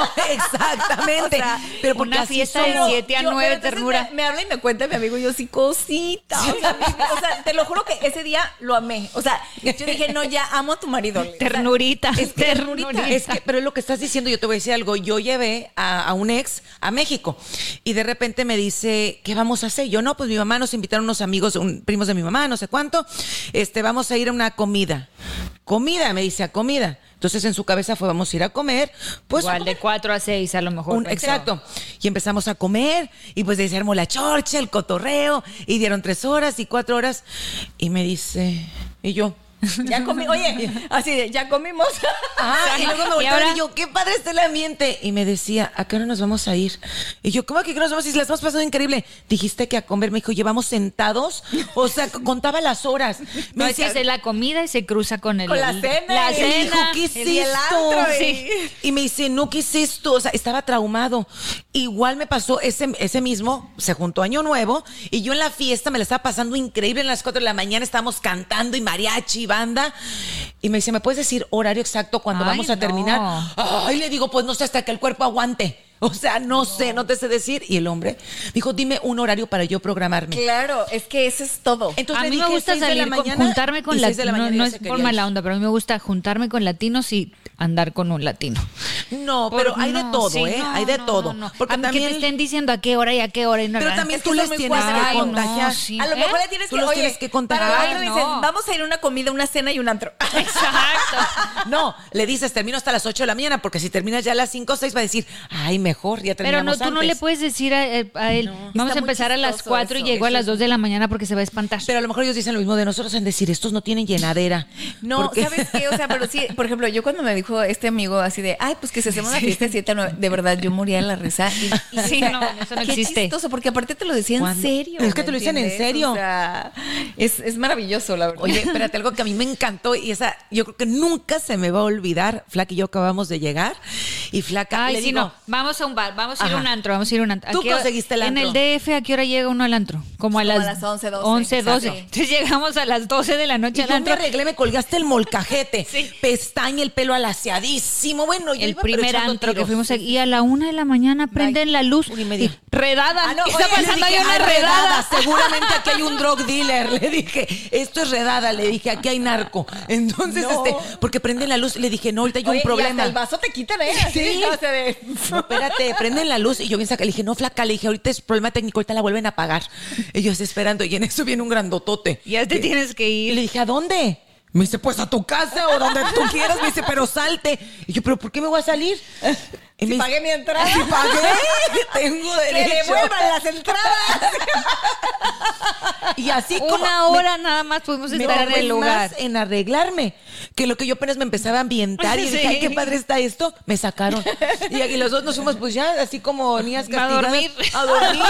Speaker 2: exactamente. Pero porque
Speaker 4: una
Speaker 2: así
Speaker 4: fiesta de
Speaker 2: somos.
Speaker 4: 7 a
Speaker 3: Yo-
Speaker 4: 9,
Speaker 3: pero entonces
Speaker 4: ternura.
Speaker 3: Me, me habla y me cuenta mi amigo, y yo sí, cosita. O sea, mi- o sea, te lo juro que ese día lo amé. O sea, yo dije, no, ya amo a tu marido. Leo. O sea,
Speaker 4: Ternurita,
Speaker 2: Es que,
Speaker 4: ternurita.
Speaker 2: es que- pero es lo que estás diciendo, yo te voy a decir algo. Yo llevé a, a un ex a México y de repente me dice, ¿qué vamos a hacer? Yo no, pues mi mamá nos invitaron unos amigos, un, primos de mi mamá, no sé cuánto. Este, vamos a ir a una comida. Comida, me dice, a comida. Entonces en su cabeza fue, vamos a ir a comer. Pues
Speaker 4: Igual de 4 a 6 a lo mejor. pues,
Speaker 2: un-
Speaker 4: pensaba.
Speaker 2: exacto. Y empezamos a comer y pues se armó la chorcha, el cotorreo y dieron tres horas y cuatro horas. Y me dice, y yo,
Speaker 3: Ya comí, oye, así de, ya comimos. [laughs]
Speaker 4: [laughs]
Speaker 2: Ah, y luego me
Speaker 4: ¿Y
Speaker 2: voltearon
Speaker 4: ahora?
Speaker 2: y, yo, qué padre está el ambiente. Y me decía, ¿a qué hora nos vamos a ir? Y yo, ¿cómo que qué hora nos vamos? Y las hemos pasado increíble. Dijiste que a comer, me dijo, llevamos sentados. O sea, [laughs] c- contaba las horas.
Speaker 4: No,
Speaker 2: Me
Speaker 4: es que
Speaker 2: decía,
Speaker 4: hace la comida y se cruza con el.
Speaker 3: Con la cena
Speaker 4: La
Speaker 3: y-
Speaker 2: "¿Qué,
Speaker 4: cena.
Speaker 2: hijo, ¿qué es
Speaker 3: el y el
Speaker 2: esto?
Speaker 3: antro,
Speaker 2: Sí.
Speaker 3: y-
Speaker 2: Y me dice, no, ¿qué es esto? O sea, estaba traumado. Igual me pasó ese, ese mismo, se juntó Año Nuevo, y yo en la fiesta me la estaba pasando increíble. En las 4 de la mañana estábamos cantando y mariachi y banda. Y me dice, ¿me puedes decir horario exacto cuando
Speaker 4: Ay,
Speaker 2: vamos a terminar?
Speaker 4: no.
Speaker 2: Ay, le digo, pues no sé hasta que el cuerpo aguante. O sea, no, sé, no te sé decir. Y el hombre dijo, dime un horario para yo programarme.
Speaker 3: claro, es que eso es todo.
Speaker 2: Entonces
Speaker 4: a
Speaker 2: le
Speaker 4: mí me
Speaker 2: dije,
Speaker 4: gusta
Speaker 2: "Seis de la
Speaker 4: salir, con-
Speaker 2: mañana",
Speaker 4: juntarme
Speaker 2: y
Speaker 4: con
Speaker 2: seis de la
Speaker 4: latinos. No,
Speaker 2: mañana ya
Speaker 4: es
Speaker 2: se
Speaker 4: por
Speaker 2: quería
Speaker 4: mala
Speaker 2: ir.
Speaker 4: onda, pero a mí me gusta juntarme con latinos y andar con un latino.
Speaker 2: No,
Speaker 4: Por-
Speaker 2: pero hay de
Speaker 4: no,
Speaker 2: todo,
Speaker 4: sí,
Speaker 2: ¿eh?
Speaker 4: no,
Speaker 2: hay de
Speaker 4: no,
Speaker 2: todo.
Speaker 4: no, no.
Speaker 2: Porque
Speaker 4: a mí
Speaker 2: también
Speaker 4: que te estén diciendo a qué hora y a qué hora. Y no,
Speaker 2: Pero
Speaker 4: no.
Speaker 2: también
Speaker 4: Es
Speaker 2: tú
Speaker 4: que son
Speaker 2: les
Speaker 4: muy
Speaker 2: tienes que
Speaker 4: cuadrados. Ay, no,
Speaker 2: contagiar.
Speaker 4: sí.
Speaker 3: A lo mejor le tienes
Speaker 2: Tú
Speaker 3: que,
Speaker 2: los
Speaker 3: oye,
Speaker 2: [laughs] tienes que
Speaker 3: Para
Speaker 2: contagiar,
Speaker 3: otro
Speaker 4: no.
Speaker 3: dices, vamos a ir a una comida, una cena y
Speaker 2: [laughs]
Speaker 3: un antro.
Speaker 2: [laughs]
Speaker 4: Exacto.
Speaker 2: No, le dices, termino hasta las 8 de la mañana, porque si terminas ya a las 5 o 6 va a decir, ay, mejor, ya
Speaker 4: Pero no,
Speaker 2: terminamos
Speaker 4: tú no le
Speaker 2: antes".
Speaker 4: puedes decir a, eh, a él, vamos
Speaker 3: Está
Speaker 4: a
Speaker 3: muy
Speaker 4: empezar a las
Speaker 3: chistoso
Speaker 4: 4 y
Speaker 3: eso,
Speaker 4: llego a
Speaker 3: eso
Speaker 4: las
Speaker 3: es-
Speaker 4: 2 de la mañana porque se va a espantar.
Speaker 2: Pero a lo mejor ellos dicen lo mismo de nosotros en decir, estos no tienen llenadera.
Speaker 3: No,
Speaker 2: Porque-
Speaker 3: ¿sabes qué? O sea, pero sí, por ejemplo, yo cuando me dijo este amigo así de, ay, pues que se hacemos la fiesta de 7 a 9, de verdad, yo moría de la risa. Y, y-
Speaker 4: Sí, no, eso no
Speaker 3: qué
Speaker 4: existe.
Speaker 3: chistoso, porque aparte te lo decía
Speaker 2: ¿Cuándo?
Speaker 3: en serio.
Speaker 2: Es que
Speaker 3: ¿me
Speaker 2: te lo dicen en
Speaker 3: entiendes?
Speaker 2: serio.
Speaker 3: O sea, es, es maravilloso, la
Speaker 2: [laughs]
Speaker 3: verdad.
Speaker 2: Oye,
Speaker 3: [laughs]
Speaker 2: espérate, algo que a mí me encantó y esa, yo creo que nunca se me va a olvidar. Flaca y yo acabamos de llegar y Flaca
Speaker 4: Ay,
Speaker 2: le
Speaker 4: sí,
Speaker 2: digo,
Speaker 4: no. Vamos a un bar, vamos a ir a
Speaker 2: Ajá.
Speaker 4: un antro, vamos a ir a un antro. ¿A
Speaker 2: Tú
Speaker 4: qué hora-
Speaker 2: conseguiste el antro.
Speaker 4: En el DF, ¿a qué hora llega uno al antro? Como
Speaker 3: Como
Speaker 4: a
Speaker 3: a
Speaker 4: las,
Speaker 3: las 11, 12,
Speaker 4: 11, 12.
Speaker 3: exacto.
Speaker 4: Entonces llegamos a las 12 de la
Speaker 2: Y
Speaker 4: noche al
Speaker 2: yo me
Speaker 4: antro.
Speaker 2: arreglé, me colgaste el molcajete,
Speaker 4: [laughs] Sí.
Speaker 2: pestaña, el pelo alaciadísimo. Bueno, yo
Speaker 4: El
Speaker 2: iba, pero
Speaker 4: primer
Speaker 2: echando
Speaker 4: antro que
Speaker 2: tiros.
Speaker 4: fuimos aquí, y a la una de la mañana prenden la luz.
Speaker 2: Una y media.
Speaker 4: redada.
Speaker 2: Ah, no,
Speaker 4: ¿Qué está
Speaker 2: oye, le
Speaker 4: pasando ahí
Speaker 2: dije,
Speaker 4: una
Speaker 2: "Ah,
Speaker 4: redada? [laughs]
Speaker 2: Seguramente aquí hay un drug dealer. Le dije, esto es redada. Le dije, aquí hay narco. Entonces, este, porque prenden la luz. Le dije, no, ahorita hay
Speaker 3: Oye,
Speaker 2: un
Speaker 3: y hasta
Speaker 2: problema.
Speaker 3: el vaso te quitan, ¿eh?
Speaker 2: Sí.
Speaker 3: O sea, de-
Speaker 2: No, espérate, prenden la luz y yo bien saca. Le dije, no, flaca, le dije, ahorita es problema técnico, ahorita la vuelven a apagar. Ellos esperando, y en eso viene un grandotote.
Speaker 4: Ya te tienes que
Speaker 2: Y le
Speaker 4: ir.
Speaker 2: dije, ¿a dónde? Me dice, pues a tu casa o donde tú quieras. Me dice, pero salte. Y yo, ¿pero por qué me voy a salir? Y me
Speaker 3: Si
Speaker 2: dice,
Speaker 3: pagué mi entrada.
Speaker 2: [laughs] "Si pagué, tengo
Speaker 3: ¡Que
Speaker 2: derecho.
Speaker 3: devuelvan las entradas!
Speaker 2: [laughs] Y así como
Speaker 4: Una
Speaker 2: me-
Speaker 4: hora nada más pudimos
Speaker 2: me
Speaker 4: estar en
Speaker 2: tardé
Speaker 4: el lugar.
Speaker 2: más en arreglarme que lo que yo apenas me empezaba a ambientar y dije,
Speaker 4: Sí.
Speaker 2: ay, qué padre está esto, me sacaron. Y, y los dos nos fuimos, pues ya, así como niñas
Speaker 4: A
Speaker 2: castigadas.
Speaker 4: dormir.
Speaker 2: A dormir.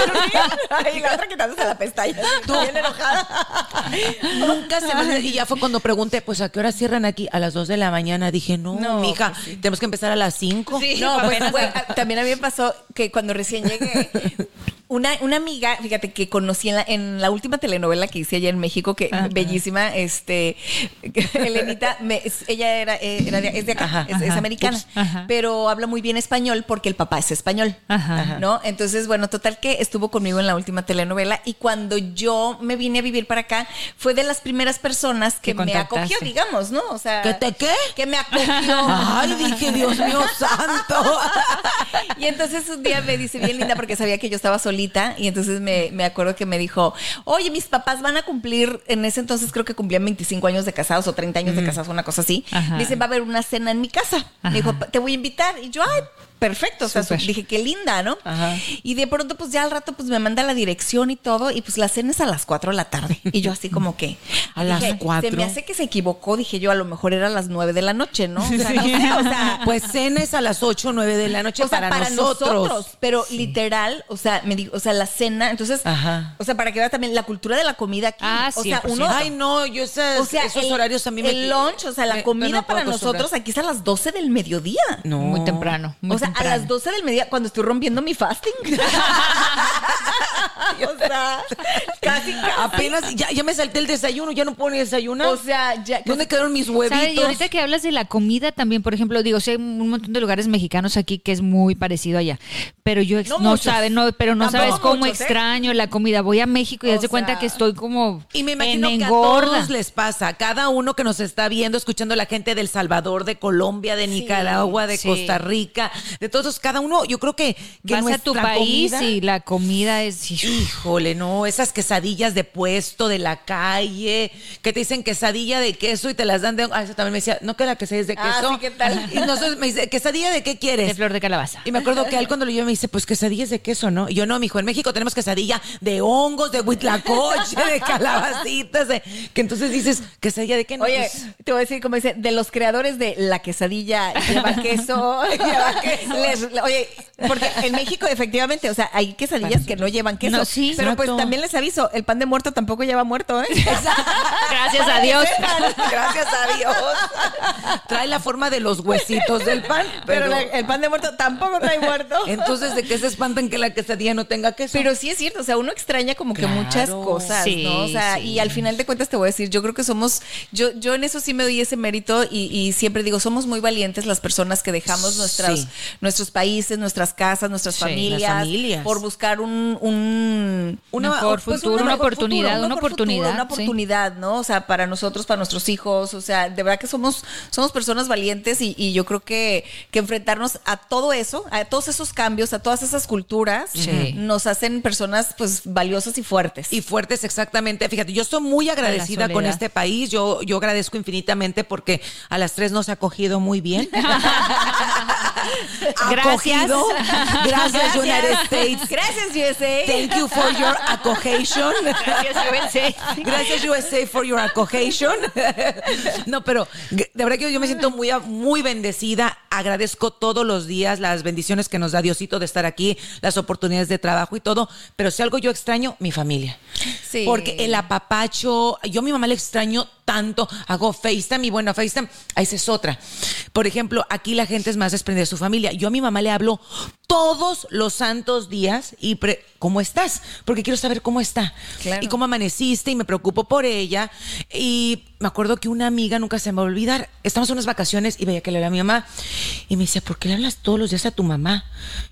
Speaker 3: y la otra quitándose la pestaña.
Speaker 2: [laughs] Tú.
Speaker 3: Bien enojada.
Speaker 2: Nunca se me olvidó. Y ya fue cuando pregunté, pues ¿a qué hora cierran aquí? A las 2 de la mañana. Dije, no,
Speaker 3: No,
Speaker 2: mija,
Speaker 3: pues
Speaker 2: tenemos que empezar a las pues, 5.
Speaker 4: Sí,
Speaker 3: No,
Speaker 4: papá,
Speaker 3: bueno,
Speaker 4: no.
Speaker 3: güey, a- también a mí me pasó que cuando recién llegué, una, una amiga, fíjate, que conocí en la, en la última telenovela que hice allá en México, que
Speaker 4: Ah,
Speaker 3: bellísima, este, [laughs] Elenita, me- es- ella era, eh, era de- es de acá,
Speaker 2: Ajá,
Speaker 3: es, es
Speaker 2: ajá.
Speaker 3: americana,
Speaker 4: Ups. Ajá.
Speaker 3: pero habla muy bien español porque el papá es español,
Speaker 4: Ajá.
Speaker 3: ¿no? Entonces, bueno, total que estuvo conmigo en la última telenovela y cuando yo me vine a vivir para acá, fue de las primeras personas que
Speaker 4: Que
Speaker 3: me acogió,
Speaker 4: contactaste.
Speaker 3: digamos, ¿no? O sea...
Speaker 2: ¿Que te qué?
Speaker 3: Que me acogió.
Speaker 2: [laughs] Ay, dije, Dios mío santo.
Speaker 3: Y entonces un día me dice bien linda porque sabía que yo estaba solita y entonces me, me acuerdo que me dijo, oye, mis papás van a cumplir, en ese entonces creo que cumplían 25 años de casados o 30 años de casados, una cosa así.
Speaker 4: Ajá.
Speaker 3: Dice, va a haber una cena en mi casa.
Speaker 4: Ajá.
Speaker 3: Me dijo, te voy a invitar. Y yo, ay. Perfecto, o sea,
Speaker 4: Súper.
Speaker 3: dije qué linda, ¿no?
Speaker 2: Ajá.
Speaker 3: Y de pronto, pues ya al rato, pues me manda la dirección y todo, y pues la cena es a las 4 de la tarde. Y yo así como que...
Speaker 2: [laughs] ¿A las
Speaker 3: dije,
Speaker 2: cuatro?
Speaker 3: Se me hace que se equivocó, dije yo, a lo mejor era a las 9 de la noche, ¿no? O sea, no sé,
Speaker 2: [laughs]
Speaker 3: o sea,
Speaker 2: Pues cena es a las 8 o 9 de la noche
Speaker 3: o sea,
Speaker 2: para, nosotros.
Speaker 3: pero literal, o sea, me digo, o sea, la cena, entonces,
Speaker 2: Ajá.
Speaker 3: o sea, para que veas también la cultura de la comida aquí,
Speaker 4: Ah,
Speaker 3: o sea,
Speaker 4: 100%.
Speaker 3: uno
Speaker 2: Pues Ay, no, yo esas-
Speaker 3: o sea,
Speaker 2: esos
Speaker 3: el-
Speaker 2: horarios a mí me
Speaker 3: el lunch, o sea, la
Speaker 2: me-
Speaker 3: comida
Speaker 2: no puedo
Speaker 3: para
Speaker 2: acostumbrar.
Speaker 3: nosotros [laughs] aquí es a las 12 del mediodía.
Speaker 2: No.
Speaker 4: Muy temprano. Muy
Speaker 3: o sea,
Speaker 4: temprano.
Speaker 3: a las 12 del mediodía cuando estoy rompiendo
Speaker 2: [laughs]
Speaker 3: mi fasting. o sea, casi casi.
Speaker 2: Apenas, ya, ya me salté el desayuno, ya no puedo ni desayunar.
Speaker 3: O sea, ya
Speaker 2: ¿Dónde quedaron mis huevitos?
Speaker 4: ¿Sabes? Y ahorita que hablas de la comida también, por ejemplo, digo, sí hay un montón de lugares mexicanos aquí que es muy parecido allá, pero yo ex-
Speaker 3: No
Speaker 4: no,
Speaker 3: muchos.
Speaker 4: sabe, no, pero no
Speaker 3: Tampoco
Speaker 4: sabes cómo
Speaker 3: muchos, ¿eh?
Speaker 4: extraño la comida. Voy a México y
Speaker 3: O
Speaker 4: haz de cuenta
Speaker 3: sea,
Speaker 4: que estoy como
Speaker 2: Y me
Speaker 4: en
Speaker 2: imagino que a
Speaker 4: engorda.
Speaker 2: todos les pasa, a cada uno que nos está viendo, escuchando la gente del Salvador, de Colombia, de Nicaragua, de
Speaker 4: sí.
Speaker 2: Costa Rica, de todos, cada uno, yo creo que, que
Speaker 4: Vas a tu
Speaker 2: nuestra
Speaker 4: país
Speaker 2: comida-
Speaker 4: y la comida
Speaker 3: [clears throat]
Speaker 4: es
Speaker 2: Híjole, no, esas quesadillas de puesto, de la calle, que te dicen quesadilla de queso y te las dan de... Ah, eso también me decía, no que la quesadilla es de
Speaker 3: Ah,
Speaker 2: queso.
Speaker 3: sí, ¿qué tal?
Speaker 2: [laughs] Y nosotros me dice, ¿quesadilla de qué
Speaker 4: de
Speaker 2: quieres?
Speaker 4: flor de calabaza.
Speaker 2: Y me acuerdo que él cuando lo llevé me dice, pues quesadillas de queso, ¿no? Y yo, no, mijo, en México tenemos quesadilla de hongos, de huitlacoche, de calabacitas, de... que entonces dices, quesadilla de qué
Speaker 3: [laughs]
Speaker 2: no.
Speaker 3: Oye,
Speaker 2: Pues,
Speaker 3: te voy a decir, como dice, de los creadores de la quesadilla, [laughs] lleva queso, lleva queso. Les- oye, porque en México, efectivamente, o sea, hay quesadillas que no llevan queso.
Speaker 4: No, sí.
Speaker 3: Pero
Speaker 2: Exacto.
Speaker 3: pues también les aviso, el pan de muerto tampoco lleva [laughs] muerto, ¿eh?
Speaker 4: [laughs] Gracias a
Speaker 3: [laughs]
Speaker 4: Dios. [laughs]
Speaker 3: Gracias a Dios.
Speaker 2: trae la forma de los
Speaker 3: pues,
Speaker 2: huesitos del pan,
Speaker 3: Pero
Speaker 2: pero...
Speaker 3: la- el pan de muerto tampoco trae muerto.
Speaker 2: Entonces, ¿de qué se espantan que la quesadilla no tenga queso?
Speaker 3: Pero sí es cierto, o sea, uno extraña como que
Speaker 2: Claro.
Speaker 3: muchas cosas,
Speaker 4: Sí,
Speaker 3: ¿no? O sea,
Speaker 4: sí.
Speaker 3: y al final de cuentas te voy a decir, yo creo que somos, yo, yo en eso sí me doy ese mérito y, y siempre digo, somos muy valientes las personas que dejamos nuestras,
Speaker 2: Sí.
Speaker 3: nuestros países, nuestras casas, nuestras
Speaker 4: Sí, las
Speaker 3: familias,
Speaker 2: familias.
Speaker 3: por buscar un, un
Speaker 4: Una- Mejor futuro, pues, una
Speaker 3: mejor
Speaker 4: oportunidad,
Speaker 3: un
Speaker 4: una
Speaker 3: mejor futuro,
Speaker 4: oportunidad,
Speaker 3: Pues una
Speaker 4: sí.
Speaker 3: oportunidad, ¿no? O sea, para nosotros, para nuestros hijos, o sea, de verdad que somos, somos personas valientes y, y yo creo que, que enfrentarnos a todo eso, a todos esos cambios, a todas esas culturas,
Speaker 4: Sí.
Speaker 3: nos hacen personas pues valiosas y fuertes.
Speaker 2: Y fuertes, exactamente. Fíjate, yo estoy muy agradecida con
Speaker 4: soledad.
Speaker 2: este país. Yo, yo agradezco infinitamente porque a las tres nos ha acogido muy bien.
Speaker 4: Gracias.
Speaker 2: Acogido. Gracias, United States.
Speaker 3: [laughs] Gracias, USA.
Speaker 2: Thank you [laughs] for your acogation.
Speaker 4: Gracias, USA.
Speaker 2: Gracias USA for your acogation. No, pero de verdad que yo me siento muy, muy bendecida. Agradezco todos los días las bendiciones que nos da Diosito de estar aquí, las oportunidades de trabajo y todo. Pero si algo yo extraño, mi familia.
Speaker 3: Sí.
Speaker 2: Porque el apapacho, yo a mi mamá le extraño tanto. Hago FaceTime y bueno, FaceTime, ah, esa es otra. Por ejemplo, aquí la gente es más desprendida de su familia. Yo a mi mamá le hablo todos los santos días y pre- ¿cómo estás? Porque quiero saber cómo está.
Speaker 3: Claro.
Speaker 2: Y cómo amaneciste y me preocupo por ella. Y me acuerdo que una amiga, nunca se me va a olvidar, estamos en unas vacaciones y veía que le hablaba a mi mamá y me decía, ¿por qué le hablas todos los días a tu mamá?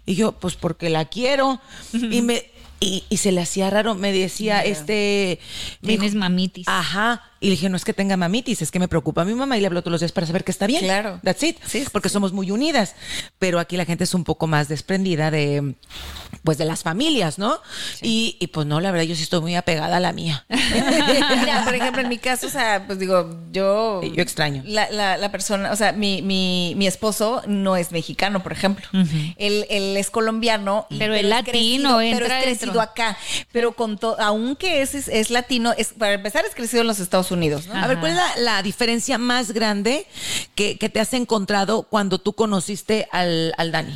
Speaker 2: Y yo, pues porque la quiero. Y me... Y, y se le hacía raro, me decía, este... me
Speaker 4: Tienes
Speaker 2: dijo,
Speaker 4: mamitis.
Speaker 2: Ajá. Y le dije, no es que tenga mamitis, es que me preocupa mi mamá y le hablo todos los días para saber que está bien.
Speaker 3: Claro.
Speaker 2: That's it.
Speaker 3: Sí, sí,
Speaker 2: Porque somos muy unidas. Pero aquí la gente es un poco más desprendida de pues de las familias, ¿no? Y, y, pues no, la verdad yo sí estoy muy apegada a la [laughs] mía.
Speaker 3: [laughs] Mira, [laughs] por ejemplo, en mi caso, o sea, pues digo, yo.
Speaker 2: Sí, yo extraño.
Speaker 3: La, la- la persona, o sea, mi, mi, mi esposo no es mexicano, por ejemplo. él, él es colombiano. y-
Speaker 4: Pero es
Speaker 3: es crecido-
Speaker 4: latino,
Speaker 3: Pero
Speaker 4: entra
Speaker 3: es crecido
Speaker 4: dentro.
Speaker 3: acá. Pero con to- aunque es, es, es latino, es, para empezar, es crecido en los Estados Unidos, ¿no?
Speaker 2: A ver, ¿cuál es la, la diferencia más grande que, que te has encontrado cuando tú conociste al, al Dani?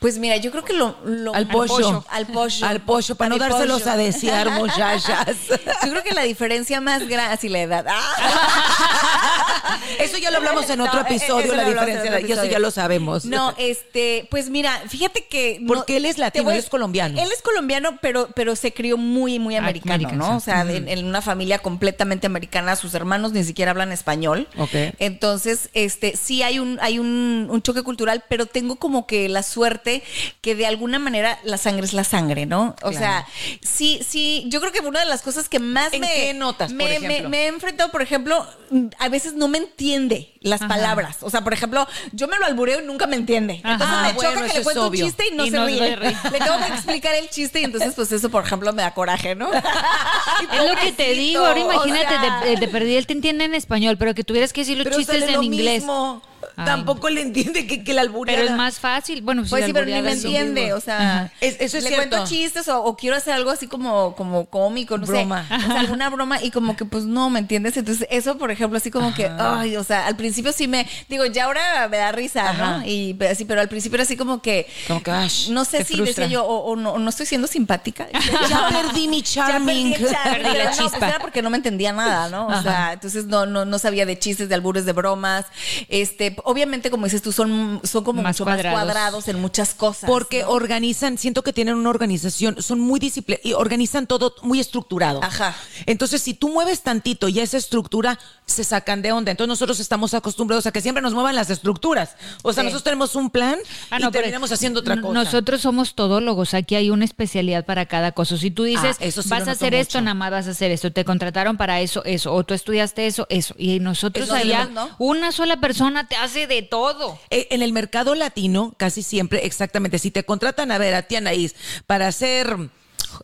Speaker 3: Pues mira, yo creo que lo. lo-
Speaker 2: Al pollo.
Speaker 3: Al pollo.
Speaker 2: Al pollo, para
Speaker 3: A
Speaker 2: no
Speaker 3: mi
Speaker 2: dárselos
Speaker 3: pollo.
Speaker 2: a
Speaker 3: [laughs]
Speaker 2: desear, muchachas.
Speaker 3: Yo creo que la diferencia más grande. y la edad. ¡Ah!
Speaker 2: Eso ya lo hablamos en otro
Speaker 3: No, eh,
Speaker 2: episodio,
Speaker 3: eso
Speaker 2: la
Speaker 3: lo hablamos en
Speaker 2: diferencia
Speaker 3: otro
Speaker 2: de- y eso
Speaker 3: episodio.
Speaker 2: ya lo sabemos.
Speaker 3: No, este, pues mira, fíjate que. no-
Speaker 2: Porque él es
Speaker 3: te
Speaker 2: latino,
Speaker 3: voy a-
Speaker 2: él es colombiano. Ah,
Speaker 3: Él es colombiano, pero, pero se crió muy, muy americano,
Speaker 4: Americano,
Speaker 3: ¿no? O
Speaker 2: Mm.
Speaker 3: sea, de- en, una familia completamente americana, sus hermanos ni siquiera hablan español.
Speaker 2: Ok.
Speaker 3: Entonces, este, sí hay un, hay un, un choque cultural, pero tengo como que la suerte que de alguna manera la sangre es la sangre, ¿no? O
Speaker 2: Claro.
Speaker 3: sea, sí, sí, yo creo que una de las cosas que más
Speaker 2: ¿En
Speaker 3: me.
Speaker 2: qué notas, por
Speaker 3: me- me-
Speaker 2: ejemplo?
Speaker 3: me he enfrentado, por ejemplo, mm, a veces no me entiende las
Speaker 4: Ajá.
Speaker 3: palabras. O sea, por ejemplo, yo me lo albureo y nunca me entiende.
Speaker 4: Ajá.
Speaker 3: Entonces
Speaker 2: Ah,
Speaker 3: me choca
Speaker 2: bueno,
Speaker 3: que
Speaker 2: eso
Speaker 3: le
Speaker 2: es
Speaker 3: cuento
Speaker 2: obvio.
Speaker 3: un chiste y no
Speaker 4: Y
Speaker 3: se
Speaker 4: no
Speaker 3: ríe.
Speaker 4: se ríe.
Speaker 3: [laughs] Le tengo que explicar el chiste y entonces, pues eso, por ejemplo, me da
Speaker 2: [laughs]
Speaker 3: coraje, ¿no?
Speaker 4: [laughs] Es lo que te digo, ahora imagínate,
Speaker 3: de
Speaker 4: de, de perdida él te entiende en español, pero que tuvieras que decir los
Speaker 2: Pero
Speaker 4: chistes
Speaker 2: sale
Speaker 4: en
Speaker 2: lo
Speaker 4: inglés.
Speaker 2: mismo.
Speaker 4: Ay,
Speaker 2: Tampoco le entiende que, que la albureada.
Speaker 4: Pero es más fácil. Bueno, pues,
Speaker 3: Pues
Speaker 4: la
Speaker 3: sí, pero ni me
Speaker 4: albureada es lo mismo.
Speaker 3: entiende, o sea,
Speaker 4: Ajá.
Speaker 2: Es- eso es
Speaker 3: le
Speaker 2: cierto.
Speaker 3: cuento chistes o, o quiero hacer algo así como, como cómico, no
Speaker 2: Broma.
Speaker 3: sé, o sea, alguna broma y como que pues no, ¿me entiendes? Entonces eso, por ejemplo, así como que, ay, o sea, al principio sí me, digo, ya ahora me da risa,
Speaker 2: Ajá.
Speaker 3: ¿no? Y pe- así, pero al principio era así como que,
Speaker 2: Como que, "Ash",
Speaker 3: no sé
Speaker 2: te
Speaker 3: si
Speaker 2: frustra.
Speaker 3: decía yo, o, o no, o no estoy siendo simpática.
Speaker 2: [laughs] Ya perdí mi charming.
Speaker 3: Ya perdí
Speaker 2: [laughs]
Speaker 3: el charming,
Speaker 4: Perdí la
Speaker 3: pero no, pues,
Speaker 4: chispa.
Speaker 3: era porque no me entendía nada, ¿no? O sea, entonces no, no, no sabía de chistes, de albures, de bromas. Este, obviamente, como dices tú, son, son como
Speaker 4: Más
Speaker 3: mucho
Speaker 4: cuadrados.
Speaker 3: más cuadrados en muchas cosas.
Speaker 2: Porque organizan, siento que tienen una organización, son muy disciplinados y organizan todo muy estructurado.
Speaker 3: Ajá.
Speaker 2: Entonces, si tú mueves tantito y esa estructura, se sacan de onda. Entonces, nosotros estamos acostumbrados a que siempre nos muevan las estructuras. O sea,
Speaker 3: Sí.
Speaker 2: nosotros tenemos un plan
Speaker 4: Ah,
Speaker 2: y
Speaker 4: no, pero
Speaker 2: terminamos haciendo otra
Speaker 4: n-
Speaker 2: cosa.
Speaker 4: Nosotros somos todólogos, aquí hay una especialidad para cada cosa. Si tú dices,
Speaker 2: Ah, eso sí lo
Speaker 4: vas
Speaker 2: noto
Speaker 4: a hacer esto,
Speaker 2: mucho.
Speaker 4: nada más vas a hacer esto, te contrataron para eso, eso, o tú estudiaste eso, eso. Y nosotros
Speaker 3: Eso sí lo
Speaker 4: allá,
Speaker 3: noto.
Speaker 4: una sola persona te hace de todo.
Speaker 2: Eh, En el mercado latino, casi siempre, exactamente, si te contratan a ver a ti, Anaís, para hacer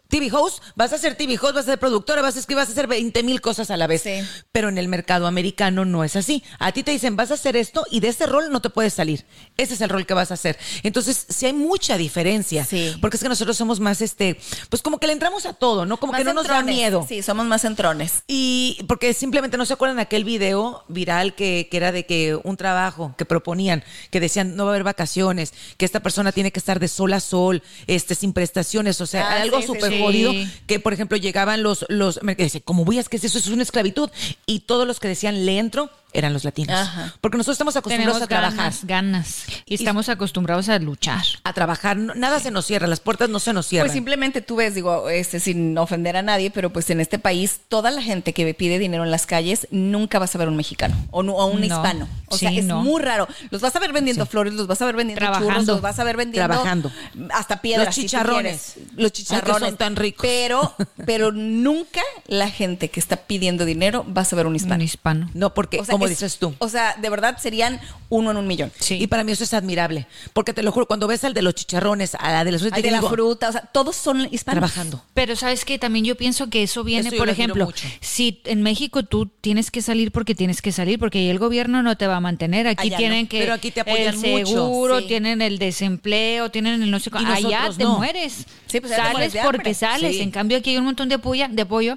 Speaker 2: TV host, vas a ser TV host, vas a ser productora, vas a escribir, vas a hacer 20 mil cosas a la vez.
Speaker 3: Sí.
Speaker 2: Pero en el mercado americano no es así. A ti te dicen, vas a hacer esto y de ese rol no te puedes salir. Ese es el rol que vas a hacer. Entonces, sí hay mucha diferencia.
Speaker 3: Sí.
Speaker 2: Porque es que nosotros somos más, este, pues como que le entramos a todo, ¿no? Como
Speaker 3: Más
Speaker 2: que no nos da
Speaker 3: entrones.
Speaker 2: miedo.
Speaker 3: Sí, somos más entrones.
Speaker 2: Y porque simplemente no se acuerdan aquel video viral que, que era de que un trabajo que proponían, que decían no va a haber vacaciones, que esta persona tiene que estar de sol a sol, este, sin prestaciones, o sea,
Speaker 3: Ah,
Speaker 2: algo
Speaker 3: sí, sí,
Speaker 2: súper
Speaker 4: sí.
Speaker 2: jodido, que por ejemplo llegaban los, los, me- que decían, como voy a- es que eso es una esclavitud, y todos los que decían le entro eran los latinos.
Speaker 3: Ajá.
Speaker 2: Porque nosotros estamos acostumbrados a trabajar.
Speaker 4: ganas, ganas. Y estamos acostumbrados a luchar.
Speaker 2: A trabajar, no- nada se nos cierra, las puertas no se nos cierran.
Speaker 3: Pues simplemente tú ves, digo, este, sin ofender a nadie, pero pues en este país toda la gente que pide dinero en las calles nunca vas a ver un mexicano o, no- o un
Speaker 4: No.
Speaker 3: hispano. O sea,
Speaker 4: Sí,
Speaker 3: es
Speaker 4: no.
Speaker 3: muy raro. Los vas a ver vendiendo flores, los vas a ver vendiendo
Speaker 4: Trabajando.
Speaker 3: churros, los vas a ver vendiendo
Speaker 2: Trabajando.
Speaker 3: hasta piedras.
Speaker 2: Los
Speaker 3: si tú
Speaker 2: chicharrones.
Speaker 3: quieres. los
Speaker 2: Ay, que
Speaker 3: chicharrones.
Speaker 2: son tan ricos. [laughs]
Speaker 3: Pero, pero nunca la gente que está pidiendo dinero vas a ver un
Speaker 4: Un
Speaker 3: hispano.
Speaker 4: hispano.
Speaker 2: no, porque,
Speaker 3: O sea,
Speaker 2: como
Speaker 3: es-
Speaker 2: dices tú.
Speaker 3: O sea, de verdad serían uno en un millón.
Speaker 2: Y para mí eso es admirable, porque te lo juro, cuando ves al de los chicharrones, a la de los
Speaker 3: Al de la fruta, o sea, todos son hispanos.
Speaker 2: trabajando.
Speaker 4: Pero sabes que también yo pienso que eso viene,
Speaker 2: Eso yo
Speaker 4: por
Speaker 2: lo admiro
Speaker 4: ejemplo,
Speaker 2: mucho.
Speaker 4: si en México tú tienes que salir porque tienes que salir, porque el gobierno no te va a mantener. Aquí
Speaker 3: Allá
Speaker 4: tienen
Speaker 3: no.
Speaker 4: que
Speaker 2: Pero aquí te apoyan
Speaker 4: el
Speaker 2: mucho.
Speaker 4: seguro,
Speaker 3: Sí.
Speaker 4: tienen el desempleo, tienen el no sé cu-
Speaker 2: Y
Speaker 4: Allá
Speaker 2: nosotros
Speaker 4: te
Speaker 2: no.
Speaker 4: mueres.
Speaker 3: Sí, pues allá te mueres
Speaker 4: sales
Speaker 3: de hambre.
Speaker 4: porque sales.
Speaker 2: Sí.
Speaker 4: En cambio aquí hay un montón de apoyo, de apoyo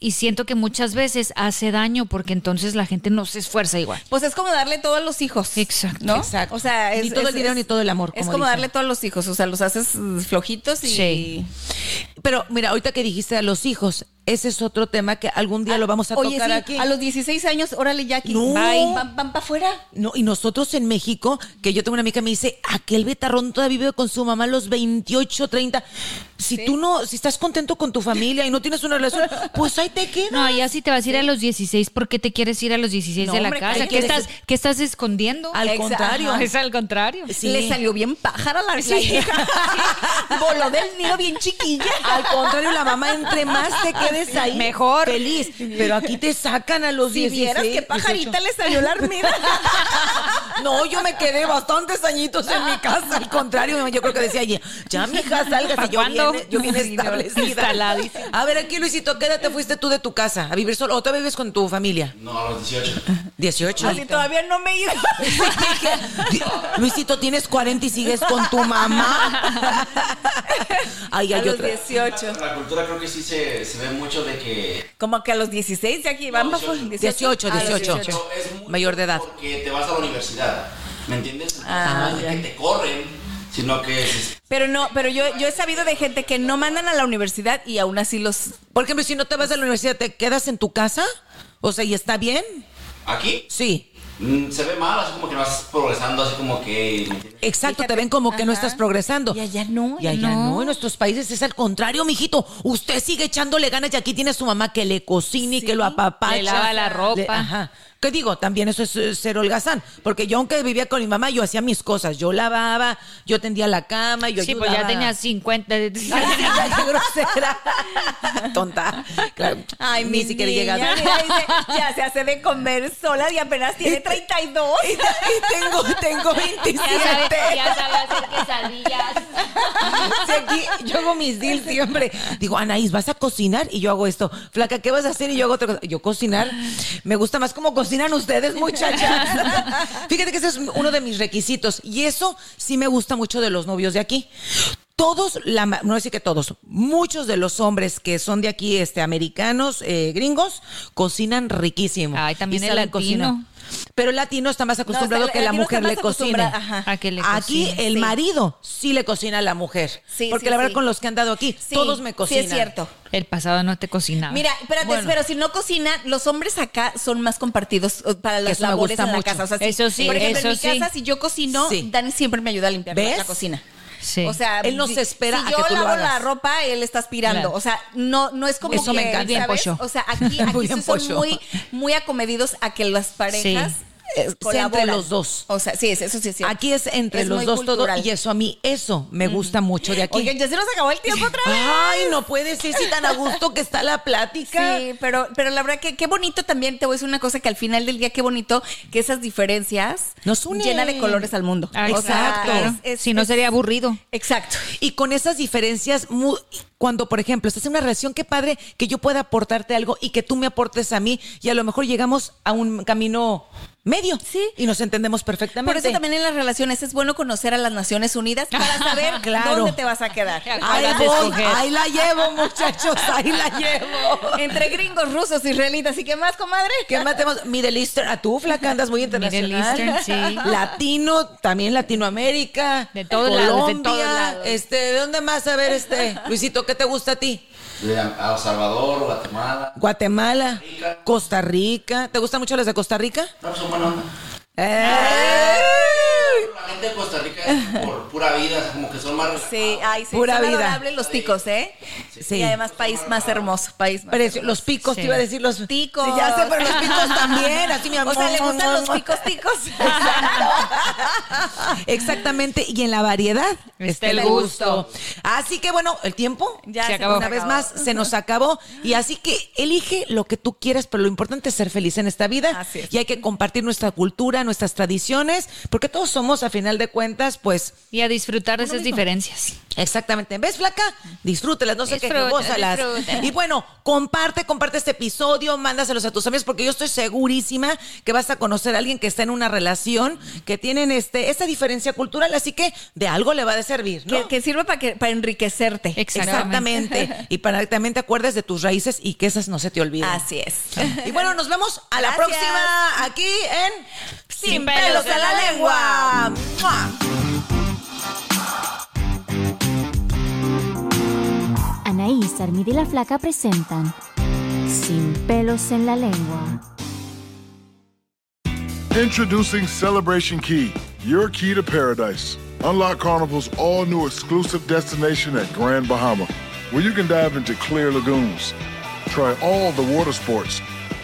Speaker 4: y siento que muchas veces hace daño porque entonces la gente no se esfuerza igual.
Speaker 3: Pues es como darle todo a los hijos.
Speaker 4: Exacto.
Speaker 3: ¿no?
Speaker 2: Exacto.
Speaker 3: O sea, es,
Speaker 2: Ni todo el
Speaker 3: es-
Speaker 2: dinero,
Speaker 3: es-
Speaker 2: ni todo el amor,
Speaker 3: Es
Speaker 2: como
Speaker 3: como,
Speaker 2: dicen.
Speaker 3: darle todo a los hijos. O sea, los haces mm, flojitos y.
Speaker 4: Sí.
Speaker 2: Pero mira, ahorita que dijiste a los hijos, ese es otro tema que algún día lo vamos a
Speaker 3: Ah, Oye,
Speaker 2: tocar
Speaker 3: sí,
Speaker 2: aquí.
Speaker 3: a los 16 años, órale, Jackie.
Speaker 2: No.
Speaker 3: Bye. Van, para afuera.
Speaker 2: No, y nosotros en México, que yo tengo una amiga que me dice, aquel betarrón todavía vive con su mamá a los 28, 30. Si tú no, si estás contento con tu familia y no tienes una
Speaker 3: [laughs]
Speaker 2: relación, pues ahí te quedas.
Speaker 4: No, ya si te vas a ir a los 16, ¿por qué te quieres ir a los 16
Speaker 3: No,
Speaker 4: de la
Speaker 3: hombre,
Speaker 4: casa?
Speaker 3: ¿qué
Speaker 4: ¿Qué
Speaker 3: quieres?
Speaker 4: estás, ¿Qué estás escondiendo?
Speaker 2: Al
Speaker 3: Exacto.
Speaker 2: contrario.
Speaker 4: Ajá, Es al contrario.
Speaker 2: Sí.
Speaker 3: Le salió bien pájara la, la
Speaker 2: [laughs]
Speaker 3: hija. Voló del nido bien chiquilla.
Speaker 2: Al contrario, la mamá, entre más te quedes ahí,
Speaker 4: Mejor.
Speaker 2: feliz. Pero aquí te sacan a los
Speaker 3: Si
Speaker 2: 16.
Speaker 3: vieras qué
Speaker 2: 18.
Speaker 3: pajarita le salió la armida.
Speaker 2: [laughs] No, yo me quedé bastantes añitos en mi casa. Al contrario, yo creo que decía ya, ya mija, sálgase.
Speaker 4: ¿Pa'
Speaker 2: Yo
Speaker 4: cuándo?
Speaker 2: bien, yo bien
Speaker 4: Sí, no,
Speaker 2: establecida.
Speaker 4: instaladísima.
Speaker 2: A ver, aquí Luisito, ¿qué edad te fuiste tú de tu casa a vivir solo? ¿O todavía vives con tu familia? No, a los 18. ¿18?
Speaker 3: Así todavía no me he ido.
Speaker 2: Di- [laughs] Luisito, tienes 40 y sigues con tu mamá. Ay,
Speaker 3: a
Speaker 2: hay
Speaker 3: los
Speaker 2: otra.
Speaker 3: 18.
Speaker 6: La cultura creo que sí se, se ve mucho de que
Speaker 3: Como que a los 16, Jackie, van para afuera.
Speaker 2: 18,
Speaker 3: A los
Speaker 2: 18.
Speaker 6: es muy
Speaker 2: Mayor de edad.
Speaker 6: porque te vas a la universidad, ¿me entiendes?
Speaker 3: Ah,
Speaker 6: Además de que te corren. Si sino que es-
Speaker 3: Pero no, pero yo, yo he sabido de gente que no mandan a la universidad y aún así los.
Speaker 2: Por ejemplo, si no te vas a la universidad, ¿te quedas en tu casa? O sea, ¿y está bien?
Speaker 6: aquí
Speaker 2: Sí.
Speaker 6: mm, se ve mal, así como que no vas progresando, así como que... ¿me entiendes?
Speaker 2: Exacto,
Speaker 3: Fíjate,
Speaker 2: te ven como que no
Speaker 3: ajá.
Speaker 2: estás progresando.
Speaker 3: Y allá no,
Speaker 2: Y allá no. en nuestros países es al contrario, mijito. Usted sigue echándole ganas y aquí tiene a su mamá que le cocina y
Speaker 3: Sí,
Speaker 2: que lo apapacha.
Speaker 4: le lava la ropa.
Speaker 2: ajá. ¿Qué digo? También eso es eh, ser holgazán. Porque yo, aunque vivía con mi mamá, yo hacía mis cosas. Yo lavaba, yo tendía la cama, yo
Speaker 4: Sí, pues ya
Speaker 2: ayudaba.
Speaker 4: tenía
Speaker 2: [laughs]
Speaker 3: [laughs]
Speaker 4: 50.
Speaker 2: Ay, sí, ya, qué grosera. Tonta. Claro,
Speaker 3: Ay,
Speaker 2: ni
Speaker 3: mi
Speaker 2: siquiera
Speaker 3: niña,
Speaker 2: llegaba.
Speaker 3: mira, dice, ya se hace de comer sola y apenas tiene 32.
Speaker 2: Y [laughs] tengo, tengo 27.
Speaker 4: sabe hacer quesadillas.
Speaker 2: Sí, aquí yo hago mis deals siempre. Digo, Anaís, ¿vas a cocinar? Y yo hago esto. Flaca, ¿qué vas a hacer? Y yo hago otra cosa. Yo cocinar. Me gusta más como cocinan ustedes,
Speaker 4: [laughs]
Speaker 2: muchachas. Fíjate que ese es uno de mis requisitos. Y eso sí me gusta mucho de los novios de aquí. Todos, la, ma- no decir que todos, muchos de los hombres que son de aquí, este, americanos, eh, gringos, cocinan riquísimo.
Speaker 4: Ay, también
Speaker 2: Y
Speaker 4: el
Speaker 2: saben cocinar.
Speaker 4: latino.
Speaker 2: Pero el latino está más acostumbrado
Speaker 3: el
Speaker 2: que la
Speaker 3: latino
Speaker 2: mujer
Speaker 3: está más
Speaker 2: le cocine.
Speaker 3: acostumbrado, ajá.
Speaker 4: A que le
Speaker 2: Aquí
Speaker 4: cocine.
Speaker 2: el
Speaker 3: Sí.
Speaker 2: marido sí le cocina a la mujer.
Speaker 3: Sí,
Speaker 2: Porque
Speaker 3: sí,
Speaker 2: la verdad
Speaker 3: sí.
Speaker 2: con los que han dado aquí,
Speaker 3: Sí,
Speaker 2: todos me cocinan. Ah.
Speaker 3: Sí, es cierto.
Speaker 4: El pasado no te cocinaba.
Speaker 3: Mira, espérate,
Speaker 2: Bueno.
Speaker 3: pero si no cocina, los hombres acá son más compartidos eh, para las
Speaker 2: Eso me
Speaker 3: labores
Speaker 2: gusta
Speaker 3: en la
Speaker 2: mucho.
Speaker 3: casa. O sea,
Speaker 4: Eso sí,
Speaker 3: Por ejemplo, en mi
Speaker 4: eso
Speaker 3: casa,
Speaker 4: sí.
Speaker 3: si yo cocino,
Speaker 2: Sí.
Speaker 3: Dani siempre me ayuda a limpiar
Speaker 2: ¿Ves?
Speaker 3: la cocina.
Speaker 4: Sí.
Speaker 3: O sea,
Speaker 2: Él no se
Speaker 3: si-
Speaker 2: espera
Speaker 3: si
Speaker 2: a
Speaker 3: yo
Speaker 2: que tú lo
Speaker 3: lavo
Speaker 2: hagas.
Speaker 3: la ropa, él está aspirando.
Speaker 4: Claro.
Speaker 3: O sea, no, no es como
Speaker 2: Eso
Speaker 3: que,
Speaker 2: me encanta.
Speaker 4: Bien
Speaker 3: ¿sabes?
Speaker 4: pocho.
Speaker 3: O sea,
Speaker 4: [laughs]
Speaker 3: aquí,
Speaker 2: Muy
Speaker 3: aquí
Speaker 2: bien
Speaker 3: sí son
Speaker 2: pocho.
Speaker 3: muy, muy acomedidos a que las parejas
Speaker 4: Sí.
Speaker 3: eh,
Speaker 2: entre
Speaker 3: colaboran.
Speaker 2: los dos.
Speaker 3: O sea, sí, es- eso sí es cierto.
Speaker 2: Aquí es entre los
Speaker 3: muy
Speaker 2: dos
Speaker 3: cultural.
Speaker 2: todo y eso a mí, eso me gusta mucho de aquí.
Speaker 3: Oigan, ya se nos acabó el tiempo otra vez.
Speaker 2: Ay, no puede ser si tan a gusto que está la plática.
Speaker 3: Sí, pero, pero la verdad que qué bonito también, te voy a decir una cosa que al final del día, qué bonito que esas diferencias
Speaker 2: Nos unen.
Speaker 3: llena de colores al mundo.
Speaker 4: Ah,
Speaker 3: O sea,
Speaker 4: exacto.
Speaker 3: es-
Speaker 4: Claro.
Speaker 3: es-
Speaker 4: si no
Speaker 3: es-
Speaker 4: sería aburrido.
Speaker 3: Exacto.
Speaker 2: Y con esas diferencias, mu- cuando, por ejemplo, estás en una relación, qué padre que yo pueda aportarte algo y que tú me aportes a mí y a lo mejor llegamos a un camino medio
Speaker 3: Sí.
Speaker 2: y nos entendemos perfectamente.
Speaker 3: Por eso también en las relaciones es bueno conocer a las
Speaker 2: [laughs]
Speaker 3: Naciones Unidas para saber
Speaker 2: Claro.
Speaker 3: dónde te vas a quedar.
Speaker 2: Ahí
Speaker 4: Habrás de
Speaker 2: voy,
Speaker 4: escoger.
Speaker 2: ahí la llevo, muchachos, ahí la [laughs]
Speaker 3: [laughs]
Speaker 2: llevo.
Speaker 3: Entre gringos, rusos, israelitas y qué más, comadre.
Speaker 2: ¿Qué matemos? Middle Eastern, a tú, flaca, andas muy internacional.
Speaker 4: Middle Eastern, sí.
Speaker 2: Latino, también Latinoamérica.
Speaker 4: De todos
Speaker 2: Colombia,
Speaker 4: lados, de todos lados.
Speaker 2: Este, ¿de dónde más? A ver, este, Luisito, ¿qué te gusta a ti?
Speaker 6: De a El Salvador, Guatemala.
Speaker 2: Guatemala,
Speaker 6: Rica.
Speaker 2: Costa Rica. ¿Te gustan mucho las de Costa Rica?
Speaker 6: No, pues son buena onda.
Speaker 2: ¡Eh!
Speaker 6: La gente de Costa Rica es por pura vida, o sea, como que son más...
Speaker 3: Sí, ay, sí,
Speaker 2: Pura
Speaker 3: son
Speaker 2: vida.
Speaker 3: adorables los ticos, ¿eh?
Speaker 2: Sí.
Speaker 3: Y además país más hermoso, país más
Speaker 2: Precio- los picos,
Speaker 4: Sí.
Speaker 2: te iba a decir los
Speaker 3: Ticos.
Speaker 2: Sí, ya sé, pero los picos también.
Speaker 4: [laughs]
Speaker 2: Así mi amor.
Speaker 3: [laughs] O sea, le gustan los picos
Speaker 2: [laughs]
Speaker 3: ticos.
Speaker 2: Exactamente, y en la variedad está
Speaker 4: Este
Speaker 2: el gusto. Así que bueno, el tiempo
Speaker 3: Ya
Speaker 4: Se
Speaker 3: se
Speaker 4: acabó.
Speaker 3: acabó.
Speaker 2: una vez más se nos acabó y así que elige lo que tú quieras, pero lo importante es ser feliz en esta vida
Speaker 3: Así es.
Speaker 2: y hay que compartir nuestra cultura, nuestras tradiciones, porque todos somos a final de cuentas, pues
Speaker 4: Y a disfrutar de esas diferencias.
Speaker 2: Exactamente. ¿Ves, flaca? Disfrútelas, no sé qué,
Speaker 4: Disfruta,
Speaker 2: gózalas.
Speaker 4: disfruta.
Speaker 2: Y bueno, comparte, comparte este episodio, mándaselos a tus amigos, porque yo estoy segurísima que vas a conocer a alguien que está en una relación, que tienen este, esta diferencia cultural, así que de algo le va a servir, ¿no?
Speaker 3: Que, que sirve para que para enriquecerte.
Speaker 4: Exactamente.
Speaker 2: Exactamente. Y para que también te acuerdes de tus raíces y que esas no se te olviden.
Speaker 3: Así es.
Speaker 2: Y bueno, nos vemos a la
Speaker 3: Gracias.
Speaker 2: próxima aquí en
Speaker 3: Sin pelos en la lengua.
Speaker 2: ¡Mua!
Speaker 1: Anaís, Armida y la Flaca presentan Sin pelos en la lengua.
Speaker 7: Introducing Celebration Key, your key to paradise. Unlock Carnival's all new exclusive destination at Grand Bahama, where you can dive into clear lagoons, try all the water sports,